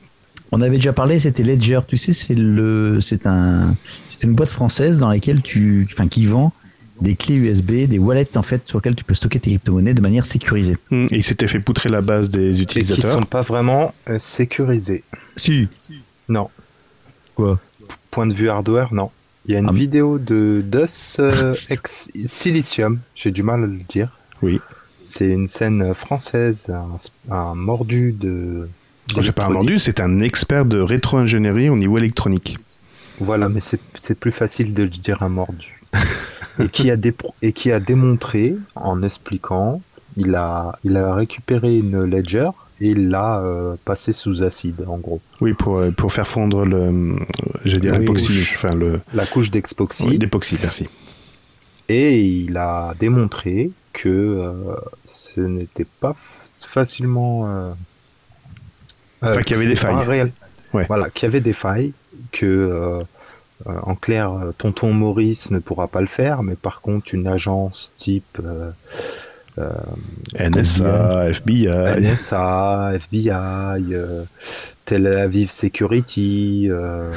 B: On avait déjà parlé, c'était Ledger. Tu sais, c'est le, c'est un, c'est une boîte française dans laquelle tu, enfin, qui vend des clés USB, des wallets en fait, sur lesquelles tu peux stocker tes crypto-monnaies de manière sécurisée.
A: Mm, Et il s'était fait poutrer la base des
E: Qui ne
A: utilisateurs.
E: sont pas vraiment euh, sécurisés.
B: Si.
E: Non.
B: Quoi
E: Point de vue hardware, non. Il y a une
B: Ah.
E: vidéo de DOS euh, ex Silicium, j'ai du mal à le dire.
A: Oui.
E: C'est une scène française, un, s- un mordu
A: Oh,
E: de.
A: C'est pas un
E: d'électronique.
A: mordu, c'est un expert de rétro-ingénierie au niveau électronique.
E: Voilà, mais c'est c'est plus facile de le dire un mordu. et, qui a dépro- et qui a démontré, en expliquant, il a, il a récupéré une ledger et il l'a euh, passé sous acide, en gros.
A: Oui, pour, euh, pour faire fondre le. euh, Je veux dire,
E: Oui.
A: l'époxy. Enfin, le.
E: La couche d'expoxy.
A: Oui, d'époxy, merci.
E: Et il a démontré que euh, ce n'était pas f- facilement. euh,
A: Enfin, qu'il y avait des
E: c'était pas
A: failles.
E: réel.
A: Ouais.
E: Voilà, qu'il y avait des failles, que, euh, euh, en clair, euh, tonton Maurice ne pourra pas le faire, mais par contre, une agence type euh,
A: NSA, FBI.
E: NSA, FBI, euh, Tel Aviv Security. euh,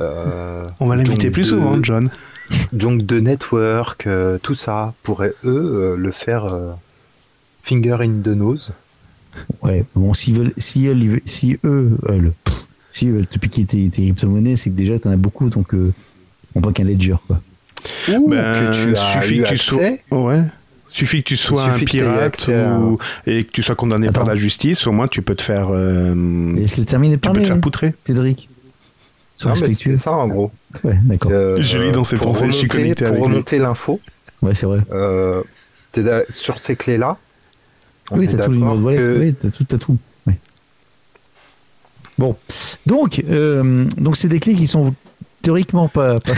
E: euh,
A: On va l'inviter
E: John
A: plus
E: Doe.
A: souvent, John.
E: Donc de network, euh, tout ça, pourraient eux euh, le faire euh, finger in the nose.
B: Ouais. Bon, s'ils veulent, si eux, ils veulent- si eux, euh, le- pff, si eux veulent te piquer tes, tes crypto-monnaies, c'est que déjà t'en as beaucoup, donc euh, on voit qu'un Ledger quoi.
E: Ou
A: Ben,
E: que tu as
A: suffit
E: eu
A: que tu
E: accès.
A: sois- Ouais. Suffit que tu sois un
E: suffit que t'aies
A: pirate
E: accès à un-
A: ou- et que tu sois condamné par
B: Attends.
A: la justice, au moins tu peux te faire, euh,
B: Laisse-le terminer de
A: tu peux
B: parler,
A: te faire
B: hein,
A: poutrer.
B: Cédric. Sois
E: Non, mais
B: respectueux.
E: c'est ça en gros.
B: Ouais, d'accord.
E: Euh,
A: Je lis dans ses
E: pour
A: pensées, je suis
E: remonter-
A: connecté
E: Pour
A: avec lui.
E: remonter l'info,
B: Ouais, c'est vrai.
E: euh, t'es d'a- sur ces clés-là, on
B: oui,
E: est
B: t'as tout le numéro
E: d'accord
B: de wallet.
E: que
B: Oui, t'as tout, t'as tout. Oui. Bon, donc, euh, donc c'est des clés qui sont théoriquement pas. pas-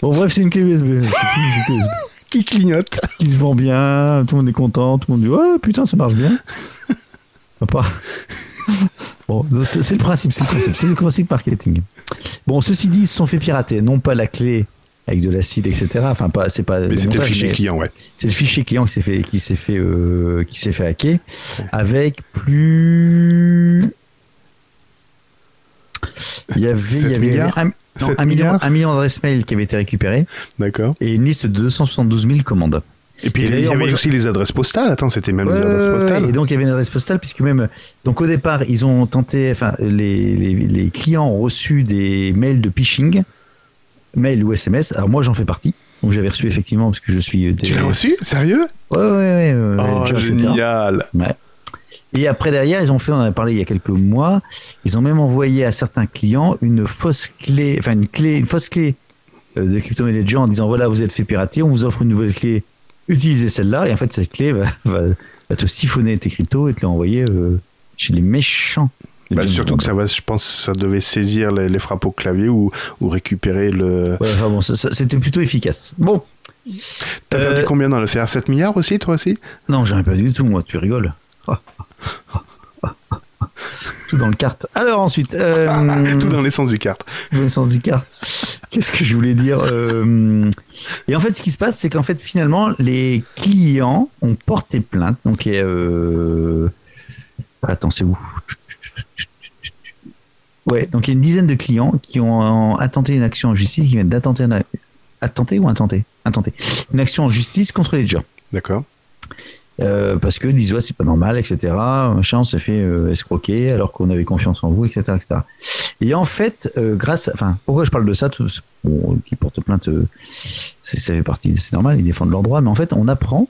B: bon, bref, c'est une clé USB. C'est une clé USB
A: Qui clignote
B: qui se vend bien, tout le monde est content, tout le monde dit ouais putain ça marche bien. Pas. Bon, donc, c'est c'est le principe, c'est le concept, c'est le concept marketing. Bon, ceci dit, ils se sont fait pirater, non pas la clé avec de l'acide, etc. Enfin, pas, c'est pas.
A: Mais c'était le
B: montage,
A: fichier
B: mais
A: client, ouais.
B: C'est le fichier client qui s'est fait, qui s'est fait, euh, qui s'est fait hacker, avec plus. Il y avait, il y
A: Sept
B: avait
A: milliards
B: un, non,
A: Sept
B: un million,
A: milliards
B: un million d'adresses mail qui avaient été récupérées
A: D'accord.
B: et une liste de 272 000 commandes.
A: Et puis
B: Et
A: il y
B: d'ailleurs,
A: avait
B: moi, je-
A: aussi les adresses postales. Attends, c'était même les
B: Ouais,
A: adresses
B: ouais, ouais,
A: postales.
B: Et donc il y avait une adresse postale puisque même donc au départ ils ont tenté enfin les, les, les clients ont reçu des mails de phishing, mail ou SMS. Alors moi j'en fais partie. Donc j'avais reçu effectivement parce que je suis des-
A: Tu l'as reçu Sérieux
B: Ouais ouais euh, ouais. euh,
A: Oh,
B: Joe, etc.
A: génial
B: Et après derrière ils ont fait on en a parlé il y a quelques mois. Ils ont même envoyé à certains clients une fausse clé enfin une clé une fausse clé euh, de crypto ledger en disant voilà vous êtes fait pirater on vous offre une nouvelle clé utilisez celle-là et en fait cette clé va, va, va te siphonner tes cryptos et te les envoyer euh, chez les méchants
A: Bah, surtout que ça va, je pense, ça devait saisir les, les frappes au clavier ou, ou récupérer le.
B: Ouais, enfin bon, ça- ça- c'était plutôt efficace bon
A: T'as
B: Euh,
A: perdu combien dans le faire 7 milliards aussi, toi aussi
B: non j'en ai pas du tout moi tu rigoles tout dans le carte alors ensuite euh,
A: Tout dans l'essence du carte.
B: dans le sens du carte. Qu'est-ce que je voulais dire Euh, Et en fait, ce qui se passe, c'est qu'en fait, finalement, les clients ont porté plainte. Donc, et, euh... attends, c'est où Ouais, donc il y a une dizaine de clients qui ont attenté une action en justice, qui viennent d'attenter, une- attenter ou intenter, intenter, une action en justice contre les gens.
A: D'accord.
B: Euh, parce que disent ouais, c'est pas normal, etc. Machin, on s'est fait euh, escroquer alors qu'on avait confiance en vous, etc., etc. Et en fait, euh, grâce, à- enfin, pourquoi je parle de ça tout, ce- bon, Qui porte plainte, euh, c'est- ça fait partie, c'est normal, ils défendent leurs droits, mais en fait, on apprend,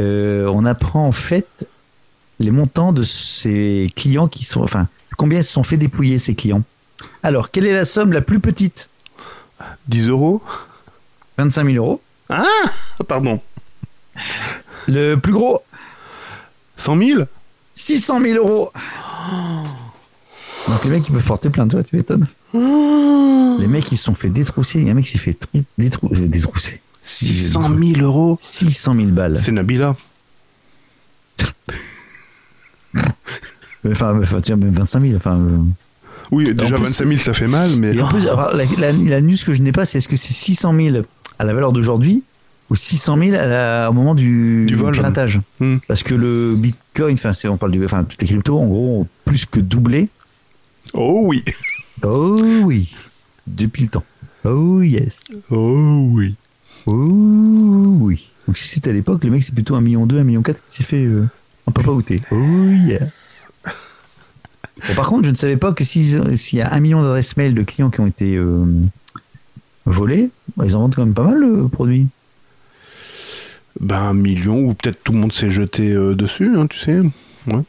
B: euh, on apprend en fait les montants de ces clients qui sont, enfin, combien se sont fait dépouiller ces clients. Alors, quelle est la somme la plus petite
A: 10 euros
B: 25 000 euros.
A: Ah, Pardon.
B: Le plus gros
A: 100 000
B: 600 000 euros. Donc les mecs, ils peuvent porter plainte, toi, tu m'étonnes. Les mecs, ils se sont fait détrousser. Il y a un mec qui s'est fait tri- détrou- euh, détrousser.
A: 600 000 euros
B: 600 000 balles.
A: C'est Nabila.
B: Enfin, euh, enfin, tu vois, même 25 000. Enfin, euh.
A: Oui, déjà
B: plus,
A: 25 000, ça fait mal, mais.
B: Et en plus, alors, la, la- la news que je n'ai pas, c'est est-ce que c'est 600 000 à la valeur d'aujourd'hui ou 600 000 à la- au moment du,
A: Du vol.
B: piratage
A: Hmm.
B: Parce que le bitcoin, enfin, c'est- on parle du. Enfin, toutes les cryptos, en gros, ont plus que doublé.
A: Oh oui
B: Oh oui Depuis le temps. Oh yes
A: Oh oui
B: Oh oui. Donc si c'était à l'époque, le mec c'est plutôt 1,2 million, 1,4 million qui s'est fait euh, un papa outé. Oh yeah. Bon, par contre, je ne savais pas que s'ils ont- s'il y a un million d'adresses mail de clients qui ont été euh, volés, bah, ils en vendent quand même pas mal euh, le produit.
A: Ben, un million, ou peut-être tout le monde s'est jeté euh, dessus, hein, tu sais. Ouais.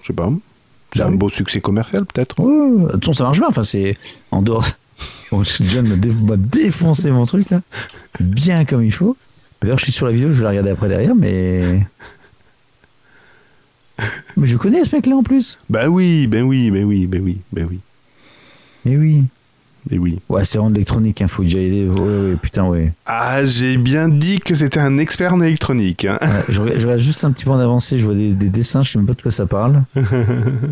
A: Je sais pas. C'est
B: Bah
A: un
B: oui.
A: beau succès commercial, peut-être.
B: De toute façon, ça marche bien. Enfin, c'est en dehors. Bon, John m'a dé- m'a défoncé mon truc là, bien comme il faut. D'ailleurs, je suis sur la vidéo, je vais la regarder après derrière, mais. Mais je connais ce mec-là en plus.
A: Ben oui, ben oui, ben oui, ben oui, ben oui,
B: Eh oui.
A: ben oui.
B: Ouais, c'est vraiment de l'électronique, hein, faut déjà y aller. Ouais, ouais, putain, ouais.
A: Ah, j'ai bien dit que c'était un expert en électronique. hein.
B: Ouais, je, regarde, je regarde juste un petit peu en avancée, je vois des, des dessins, je sais même pas de quoi ça parle.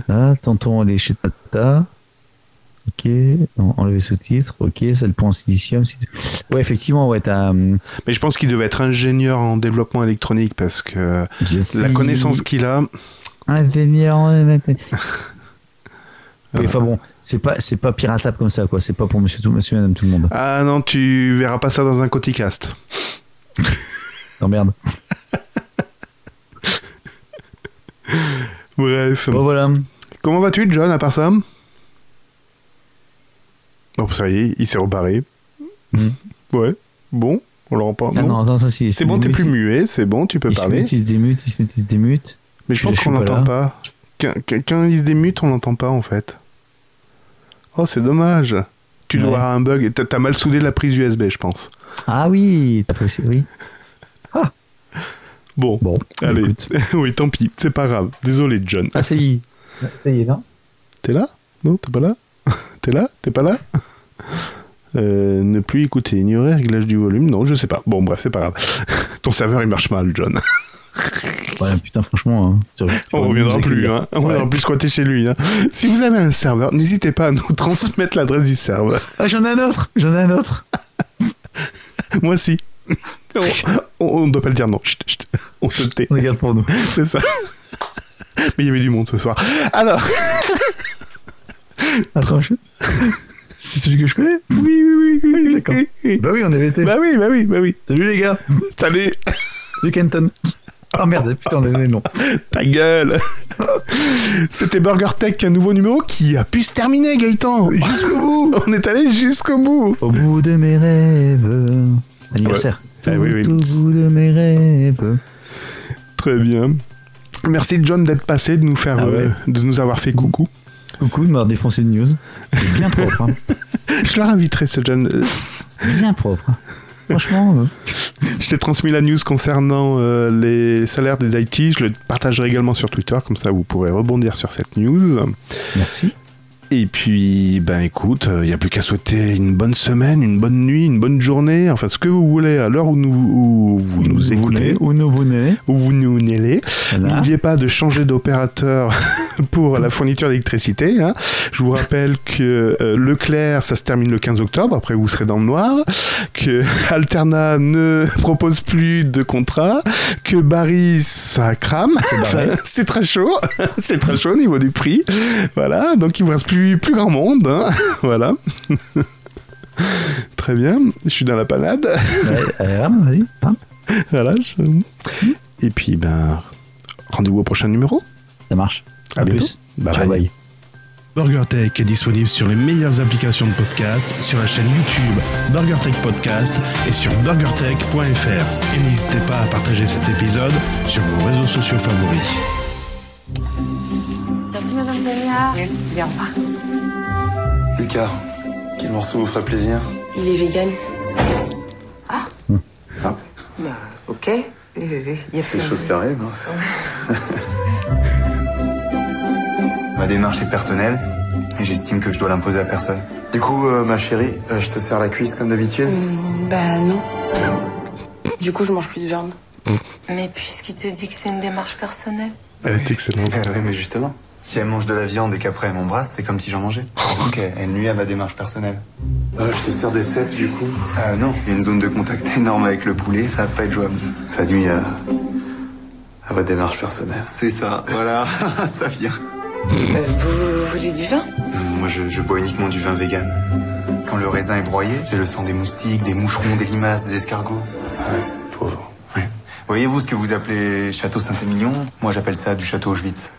B: Là, tonton, elle est chez Tata. Ok, en- enlever sous-titre, ok, c'est le point silicium. si tu- Ouais, effectivement, ouais, t'as. hum,
A: Mais je pense qu'il devait être ingénieur en développement électronique parce que la
B: Jesse-
A: connaissance qu'il a.
B: Ingénieur en- Mais enfin bon, c'est pas, c'est pas piratable comme ça, quoi. C'est pas pour monsieur, tout, monsieur, madame, tout le monde.
A: Ah non, tu verras pas ça dans un coticast.
B: Non, merde.
A: Bref.
B: Bon, voilà.
A: Comment vas-tu, John, à part ça Bon, ça y est, il s'est rebarré.
B: Mm.
A: Ouais. Bon, on le rend pas.
B: Ah
A: non.
B: non, attends, ça, si.
A: C'est bon, t'es plus muet, c'est bon, tu peux
B: Il se
A: parler.
B: mute, il se démute, il se mute, il se démute.
A: Mais je
B: Je
A: pense
B: suis
A: qu'on
B: pas
A: n'entend
B: là.
A: pas. Quand, quand- quand il se démute, on n'entend pas en fait. Oh, c'est dommage. Tu dois
B: Ouais.
A: avoir un bug. T'as t'as mal soudé la prise USB, je pense.
B: Ah oui, t'as aussi, oui.
A: Bon,
B: Bon, bah
A: allez.
B: écoute.
A: oui, tant pis, c'est pas grave. Désolé, John.
B: Ah, ça y est. Ça y est, non
A: T'es là Non, t'es pas là T'es là T'es pas là Euh, ne plus écouter, ignorer, réglage du volume, non, je sais pas. Bon, bref, c'est pas grave. Ton serveur il marche mal, John.
B: Ouais, putain, franchement. hein, sur- sur
A: On
B: une
A: reviendra
B: musique,
A: plus,
B: là.
A: hein. on
B: Ouais.
A: reviendra plus squatter chez lui. hein. Si vous avez un serveur, n'hésitez pas à nous transmettre l'adresse du serveur.
B: Ah, j'en ai un autre, j'en ai un autre.
A: Moi, si. On- On ne doit pas le dire, non. Chut, chut. On se tait.
B: On les garde pour nous.
A: C'est ça. Mais il y avait du monde ce soir. Alors,
B: Attends, je- c'est celui que je connais.
A: oui, oui, oui, oui,
B: D'accord.
A: oui.
B: Bah oui, on avait été.
A: Bah oui, bah oui, bah oui.
B: Salut les gars,
A: Salut,
B: salut Kenton. Ah merde, putain, on a donné le nom.
A: ta gueule. C'était Burger Tech, un nouveau numéro qui a pu se terminer, Gaëtan. Jusqu'au bout. On est allé jusqu'au bout.
B: Au bout de mes rêves. Anniversaire.
A: Ouais. Eh oui, oui.
B: Tout Au bout de mes rêves.
A: Très bien. Merci John d'être passé, de nous faire,
B: Ah ouais.
A: euh, de nous avoir fait coucou.
B: Coucou de m'avoir défoncé de news. C'est bien propre, hein.
A: Je leur inviterai ce John. Euh,
B: bien propre. hein. Franchement, euh,
A: Je t'ai transmis la news concernant euh, les salaires des IT. Je le partagerai également sur Twitter, comme ça vous pourrez rebondir sur cette news.
B: merci.
A: Et puis, ben écoute, il n'y a plus qu'à souhaiter une bonne semaine, une bonne nuit, une bonne journée, enfin ce que vous voulez à l'heure où, nous, où vous nous écoutez,
B: Ou nous venez.
A: où vous nous nélez.
B: Voilà.
A: N'oubliez pas de changer d'opérateur pour la fourniture d'électricité. hein. Je vous rappelle que euh, Leclerc, ça se termine le 15 octobre, après vous serez dans le noir. Que Alterna ne propose plus de contrat. Que Barry, ça crame.
B: barré.
A: Enfin, C'est très chaud. C'est très chaud au niveau du prix. Voilà, donc il ne vous reste plus, plus grand monde. hein. Voilà. Très bien, je suis dans la panade.
B: Ouais, euh, Ram, vas-y. Ram.
A: Voilà. je- Et puis, ben, rendez-vous au prochain numéro.
B: Ça marche.
A: À bientôt. Bye
B: Ciao,
A: bye.
B: bye.
F: BurgerTech est disponible sur les meilleures applications de podcast, sur la chaîne YouTube BurgerTech Podcast et sur burgertech.fr. Et n'hésitez pas à partager cet épisode sur vos réseaux sociaux favoris.
G: Merci Madame Damiard. Merci, au revoir.
H: Lucas, quel morceau vous ferait plaisir
G: Il est vegan.
H: Ah,
G: Bah, Ok. Eh, Il a
H: C'est des choses qui arrivent. hein, c'est- ma démarche est personnelle et j'estime que je dois l'imposer à personne. Du coup, euh, ma chérie, euh, je te serre la cuisse comme d'habitude
G: Bah non. Du coup, je mange plus de viande. Mais puisqu'il te dit que c'est une démarche personnelle.
A: Elle est excellente.
H: Ah ouais, mais justement. Si elle mange de la viande et qu'après elle m'embrasse, c'est comme si j'en mangeais. ok, elle nuit à ma démarche personnelle. Euh, je te sers des cèpes du coup Ah non, il y a une zone de contact énorme avec le poulet, ça va pas être jouable. Ça nuit à. à votre démarche personnelle. C'est ça, voilà, ça vient.
G: vous voulez du vin
H: Moi, je, je bois uniquement du vin vegan. Quand le raisin est broyé, j'ai le sang des moustiques, des moucherons, des limaces, des escargots. Ah ouais, pauvre. Voyez-vous ce que vous appelez château Saint-Émilion Moi, j'appelle ça du château Auschwitz.